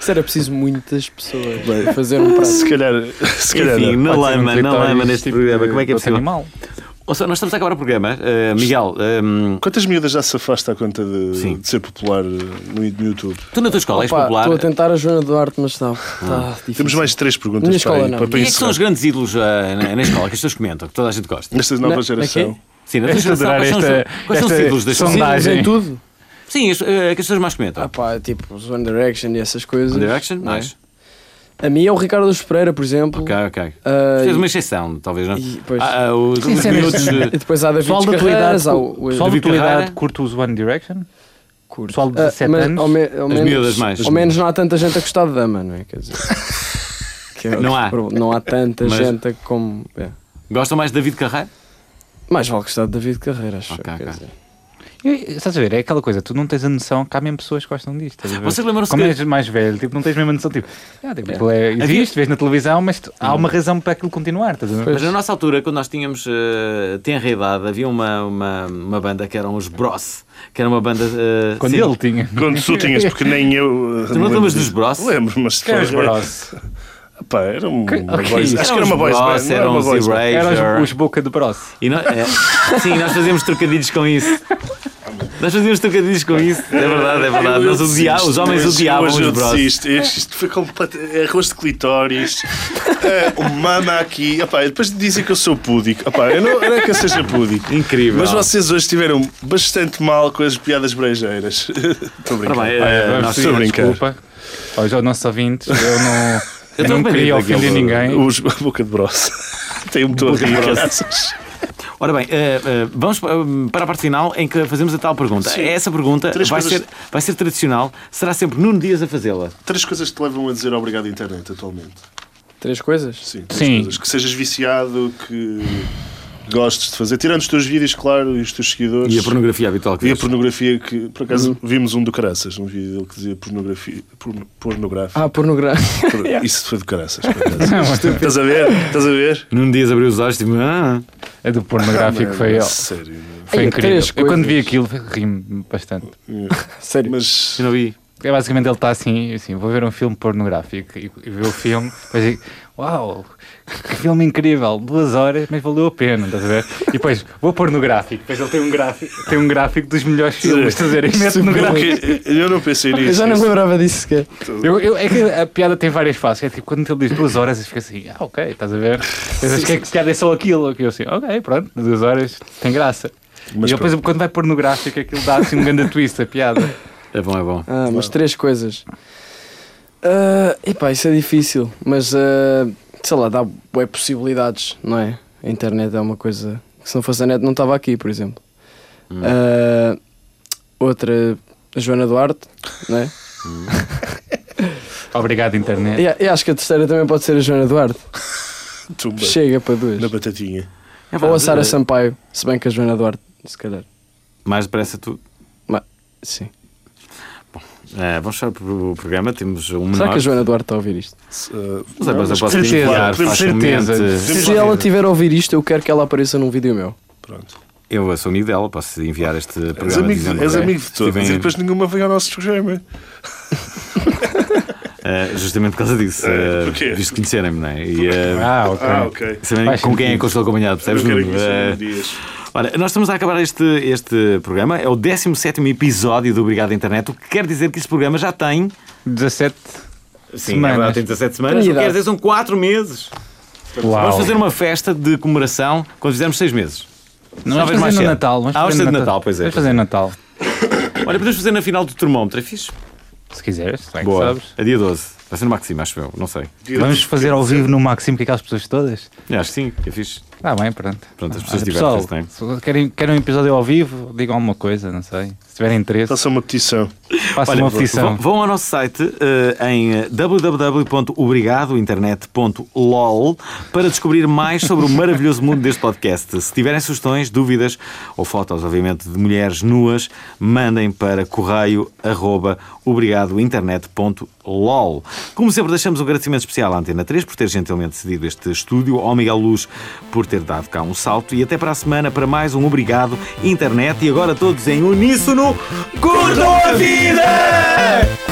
Speaker 4: Isso era preciso muitas pessoas
Speaker 3: Bem.
Speaker 4: para fazer um prato.
Speaker 3: Se calhar, se calhar
Speaker 1: enfim, na
Speaker 2: Pode ser um
Speaker 1: lama, na
Speaker 2: clitóris
Speaker 1: lama neste
Speaker 2: tipo
Speaker 1: programa, como é que é
Speaker 2: de outro
Speaker 1: possível?
Speaker 2: Animal.
Speaker 1: Ouça, nós estamos a acabar o programa. Eh, Miguel, ehm,
Speaker 3: Quantas miúdas já se afasta à conta de,
Speaker 1: Sim.
Speaker 3: de ser popular eh, no, no YouTube?
Speaker 1: tu na tua escola és
Speaker 4: Opa,
Speaker 1: popular.
Speaker 4: Estou a tentar a Joana Duarte, mas não. Tá difícil.
Speaker 3: Ah. Temos mais três perguntas
Speaker 4: Minha
Speaker 3: para
Speaker 4: escola
Speaker 3: aí,
Speaker 4: não.
Speaker 3: para, para
Speaker 1: Quem é que são
Speaker 3: encerrar.
Speaker 1: os grandes ídolos ah, na, na escola que as pessoas comentam, que toda a gente gosta?
Speaker 3: Nesta nova
Speaker 4: Na-
Speaker 3: geração.
Speaker 4: na quê?
Speaker 1: Sim, na tua
Speaker 2: Deixa eu
Speaker 1: geração,
Speaker 2: adorar
Speaker 1: quais são, os-
Speaker 2: esta-
Speaker 1: quais são os
Speaker 2: esta
Speaker 1: ídolos das
Speaker 4: Sim,
Speaker 1: pessoas?
Speaker 2: sondagem.
Speaker 4: mas em tudo.
Speaker 1: Sim, as, eh, que as pessoas mais comentam.
Speaker 4: Ah, pá, tipo, os One Direction e essas coisas.
Speaker 1: One Direction,
Speaker 4: não é?
Speaker 1: mais.
Speaker 4: A mim é o Ricardo dos Pereira, por exemplo.
Speaker 1: Ok, ok.
Speaker 4: Ah,
Speaker 1: Fez
Speaker 4: e-
Speaker 1: uma exceção, talvez, não?
Speaker 4: e, pois.
Speaker 1: Ah, ah, os,
Speaker 2: Sim,
Speaker 1: os
Speaker 2: sim,
Speaker 1: minutos.
Speaker 2: sim.
Speaker 1: eh,
Speaker 4: E depois há David
Speaker 2: Pessoal da tua
Speaker 4: Carreiras,
Speaker 2: idade,
Speaker 4: há o- o-
Speaker 2: pessoal da
Speaker 1: David
Speaker 2: tua
Speaker 1: Carreira.
Speaker 2: idade curte os One Direction?
Speaker 4: Curto.
Speaker 2: Pessoal de
Speaker 4: Ah,
Speaker 2: 17
Speaker 4: mas
Speaker 2: anos?
Speaker 4: Ao, me- ao
Speaker 1: As miúdas
Speaker 4: menos,
Speaker 1: mais.
Speaker 4: ao menos não há tanta gente a gostar de dama, não é? Quer dizer, que é
Speaker 1: Não
Speaker 4: outro
Speaker 1: há.
Speaker 4: problema. Não há tanta
Speaker 1: Mas-
Speaker 4: gente a como. É.
Speaker 1: eh, Gostam mais de David Carreira?
Speaker 4: Mais vale gostar de David Carreira, acho
Speaker 1: Ok,
Speaker 4: eu, quer
Speaker 1: ok.
Speaker 4: dizer.
Speaker 2: E, estás a ver? É aquela coisa, tu não tens a noção que há mesmo pessoas que gostam disto. estás a ver?
Speaker 1: Vocês lembram-se
Speaker 2: Como é
Speaker 1: que-
Speaker 2: és mais velho, tipo, não tens mesmo a noção. Tipo, ah, tipo, aquilo é,
Speaker 1: Havia-
Speaker 2: existe, vês na televisão, mas tu- há uma razão para aquilo continuar. Estás a ver?
Speaker 1: Mas na nossa altura, quando nós tínhamos eh, tenra idade, havia uma, uma, uma banda que eram os Bros, que era uma banda. eh,
Speaker 2: Quando
Speaker 1: sim.
Speaker 2: ele tinha.
Speaker 3: Quando tu tinhas, porque nem eu. eh,
Speaker 1: Tu não
Speaker 3: me
Speaker 1: te
Speaker 3: lembro
Speaker 1: lembras dos
Speaker 3: disso.
Speaker 1: Bros?
Speaker 3: Lembro, mas
Speaker 2: Que eram os Bros.
Speaker 3: Pá, era um- uma
Speaker 2: ok.
Speaker 3: voz. Acho que era uma
Speaker 1: Eram os
Speaker 3: voz.
Speaker 1: Bros, eram os
Speaker 2: Eram os,
Speaker 1: Erasure.
Speaker 2: os boca do Bros.
Speaker 1: E nó- é, sim, nós fazíamos trocadilhos com isso. Nós fazíamos trocadilhos com isso. É verdade, é verdade. Nós odia, os homens odiavam os Bros.
Speaker 3: Isto, isto foi completo. é Arroz de clitóris, é, o mama aqui. Epá, e depois dizem que eu sou púdico. Epá, eu não, não é que eu seja púdico.
Speaker 1: Incrível.
Speaker 3: Mas vocês hoje estiveram bastante mal com as piadas brejeiras. Estou
Speaker 1: Ora
Speaker 3: brincando.
Speaker 1: bem,
Speaker 3: Epá,
Speaker 1: eh,
Speaker 2: Vamos
Speaker 1: nós-
Speaker 2: pedir
Speaker 3: é, estou a brincar.
Speaker 2: Desculpa aos nossos ouvintes. Eu não, eu
Speaker 1: estou
Speaker 2: não
Speaker 1: perdido
Speaker 2: queria
Speaker 1: aqui,
Speaker 2: ofender
Speaker 1: eu-
Speaker 2: ninguém.
Speaker 3: Os a boca de brosse. Tem-me todo a rir, graças.
Speaker 1: Ora bem, eh, eh, vamos pa- para a parte final em que fazemos a tal pergunta.
Speaker 3: Sim.
Speaker 1: Essa pergunta
Speaker 3: Três
Speaker 1: vai
Speaker 3: coisas-
Speaker 1: ser, vai ser tradicional, será sempre Nuno Dias a fazê-la.
Speaker 3: Três coisas que te levam a dizer obrigado à internet atualmente.
Speaker 4: Três coisas?
Speaker 3: Sim, três
Speaker 2: Sim.
Speaker 3: coisas. Que sejas viciado, que gostes de fazer. Tirando os teus vídeos, claro, e os teus seguidores.
Speaker 1: E a pornografia Uhum. habitual que
Speaker 3: E é a
Speaker 1: vês.
Speaker 3: pornografia que, por acaso, vimos um do Caraças, um vídeo dele que dizia pornografia, porno- pornográfico.
Speaker 4: Ah, pornografia.
Speaker 3: Por-
Speaker 1: é.
Speaker 3: Isso foi do Caraças, por acaso. Estás a ver? Estás a ver?
Speaker 1: Nuno Dias abriu os olhos e tipo, ah,
Speaker 2: A do pornográfico foi, ele.
Speaker 3: Sério. meu.
Speaker 2: foi
Speaker 4: Ei,
Speaker 2: incrível.
Speaker 4: três
Speaker 2: Eu quando vi
Speaker 4: coisas.
Speaker 2: aquilo ri-me bastante.
Speaker 4: Sério.
Speaker 3: Mas
Speaker 1: eu não vi.
Speaker 2: É basicamente ele está assim, assim, vou ver um filme pornográfico e, e ver o filme, depois digo, uau, que filme incrível, duas horas, mas valeu a pena, estás a ver? E depois vou pornográfico, depois ele tem um gráfico, tem um gráfico dos melhores filmes, estás a ver? E mete no gráfico.
Speaker 3: Porque eu não pensei nisso.
Speaker 4: Eu já não me lembrava disso sequer.
Speaker 2: Eu, eu- é que a piada tem várias faces, é tipo, quando ele diz duas horas, eu fico assim, ah, ok, estás a ver? Eu acho que a piada é só aquilo, que eu assim, ok, pronto, duas horas, tem graça.
Speaker 3: Mas
Speaker 2: e depois quando vai pornográfico, aquilo dá assim um grande twist, a piada.
Speaker 1: É bom, é bom.
Speaker 4: Ah, mas três coisas. Ah, epá, isso é difícil, mas ah, sei lá, dá bué possibilidades, não é? A internet é uma coisa que se não fosse a net não estava aqui, por exemplo. Ah, outra, a Joana Duarte, não é?
Speaker 2: Obrigado, internet.
Speaker 4: E, a- e acho que a terceira também pode ser a Joana Duarte.
Speaker 3: Tumba
Speaker 4: Chega para duas.
Speaker 3: na batatinha.
Speaker 1: É
Speaker 4: Ou a
Speaker 1: verdade,
Speaker 4: Sara
Speaker 1: eh,
Speaker 4: Sampaio, se bem que a Joana Duarte, se calhar.
Speaker 1: Mais depressa tu.
Speaker 4: Sim.
Speaker 1: Eh, vamos fechar o programa, temos um
Speaker 4: Será
Speaker 1: menor.
Speaker 4: que a Joana Duarte está a ouvir isto?
Speaker 3: Se, uh,
Speaker 1: Mas, mas eu
Speaker 3: mas
Speaker 1: posso
Speaker 3: podemos
Speaker 2: certeza,
Speaker 1: enviar
Speaker 3: falar, podemos-
Speaker 2: certeza.
Speaker 1: facilmente.
Speaker 3: Sim.
Speaker 4: Se ela tipo, estiver a ouvir isto, eu quero que ela apareça num vídeo meu.
Speaker 3: Pronto.
Speaker 1: Eu sou amigo dela, posso enviar este programa.
Speaker 3: És amigo,
Speaker 1: dizendo
Speaker 3: de- és
Speaker 1: que é. Tipo,
Speaker 3: amigo de todos.
Speaker 1: estive
Speaker 3: E
Speaker 1: em-
Speaker 3: depois nenhuma veio ao
Speaker 1: Ah,
Speaker 3: nosso programa.
Speaker 1: eh, justamente por causa disso.
Speaker 3: Eh,
Speaker 1: eh,
Speaker 3: porquê?
Speaker 1: visto que conhecerem-me, não é? E, eh,
Speaker 2: Ah, ok.
Speaker 3: Ah, ok.
Speaker 1: sabem
Speaker 2: Faz
Speaker 1: com quem é
Speaker 2: sentido.
Speaker 1: que eu estou acompanhado, percebes?
Speaker 3: Eu quero
Speaker 1: Nuno? Eh,
Speaker 3: conhecer um dias.
Speaker 1: Ora, nós estamos a acabar este, este programa. É o 17 episódio do Obrigado Internet, o que quer dizer que este programa já tem.
Speaker 2: 17
Speaker 1: Sim,
Speaker 2: Semanas.
Speaker 1: é verdade, tem 17 semanas.
Speaker 4: Tenho
Speaker 1: O que quer
Speaker 4: idade.
Speaker 1: dizer são 4 meses.
Speaker 2: Uau.
Speaker 1: Vamos fazer um- uma festa de comemoração quando fizermos 6 meses.
Speaker 2: Não,
Speaker 1: Talvez
Speaker 2: vamos
Speaker 1: mais
Speaker 2: fazer
Speaker 1: cedo.
Speaker 2: no Natal. vamos
Speaker 1: Ah,
Speaker 2: fazer
Speaker 1: hoje é
Speaker 2: no
Speaker 1: de Natal, pois é.
Speaker 2: Vamos fazer no Natal.
Speaker 1: Olha, podemos fazer na final do termómetro, é fixe?
Speaker 2: Se quiseres, é que
Speaker 1: Boa.
Speaker 2: sabes.
Speaker 1: A dia 12. Vai ser no Maxima, acho eu. Não sei.
Speaker 2: Vamos fazer ao vivo no máximo com aquelas pessoas todas?
Speaker 1: Eu acho que sim, que é fixe.
Speaker 2: Ah, bem, pronto.
Speaker 1: Pronto, as
Speaker 2: Olha,
Speaker 1: pessoas
Speaker 2: pessoal,
Speaker 1: divertem-se, não é?
Speaker 2: se querem, querem um episódio ao vivo, digam alguma coisa, não sei. Se tiverem interesse,
Speaker 3: Faça uma petição.
Speaker 1: Então,
Speaker 2: façam
Speaker 1: Olha,
Speaker 2: uma
Speaker 1: vão,
Speaker 2: petição.
Speaker 1: vão ao nosso site eh, em eh, www.obrigadointernet.lol para descobrir mais sobre o maravilhoso mundo deste podcast. Se tiverem sugestões, dúvidas ou fotos, obviamente, de mulheres nuas, mandem para correio arroba obrigadointernet.lol. Como sempre, deixamos um agradecimento especial à Antena 3 por ter gentilmente cedido este estúdio, ao Miguel Luz por ter dado cá um salto e até para a semana para mais um Obrigado Internet e agora todos em uníssono, curtam a vida!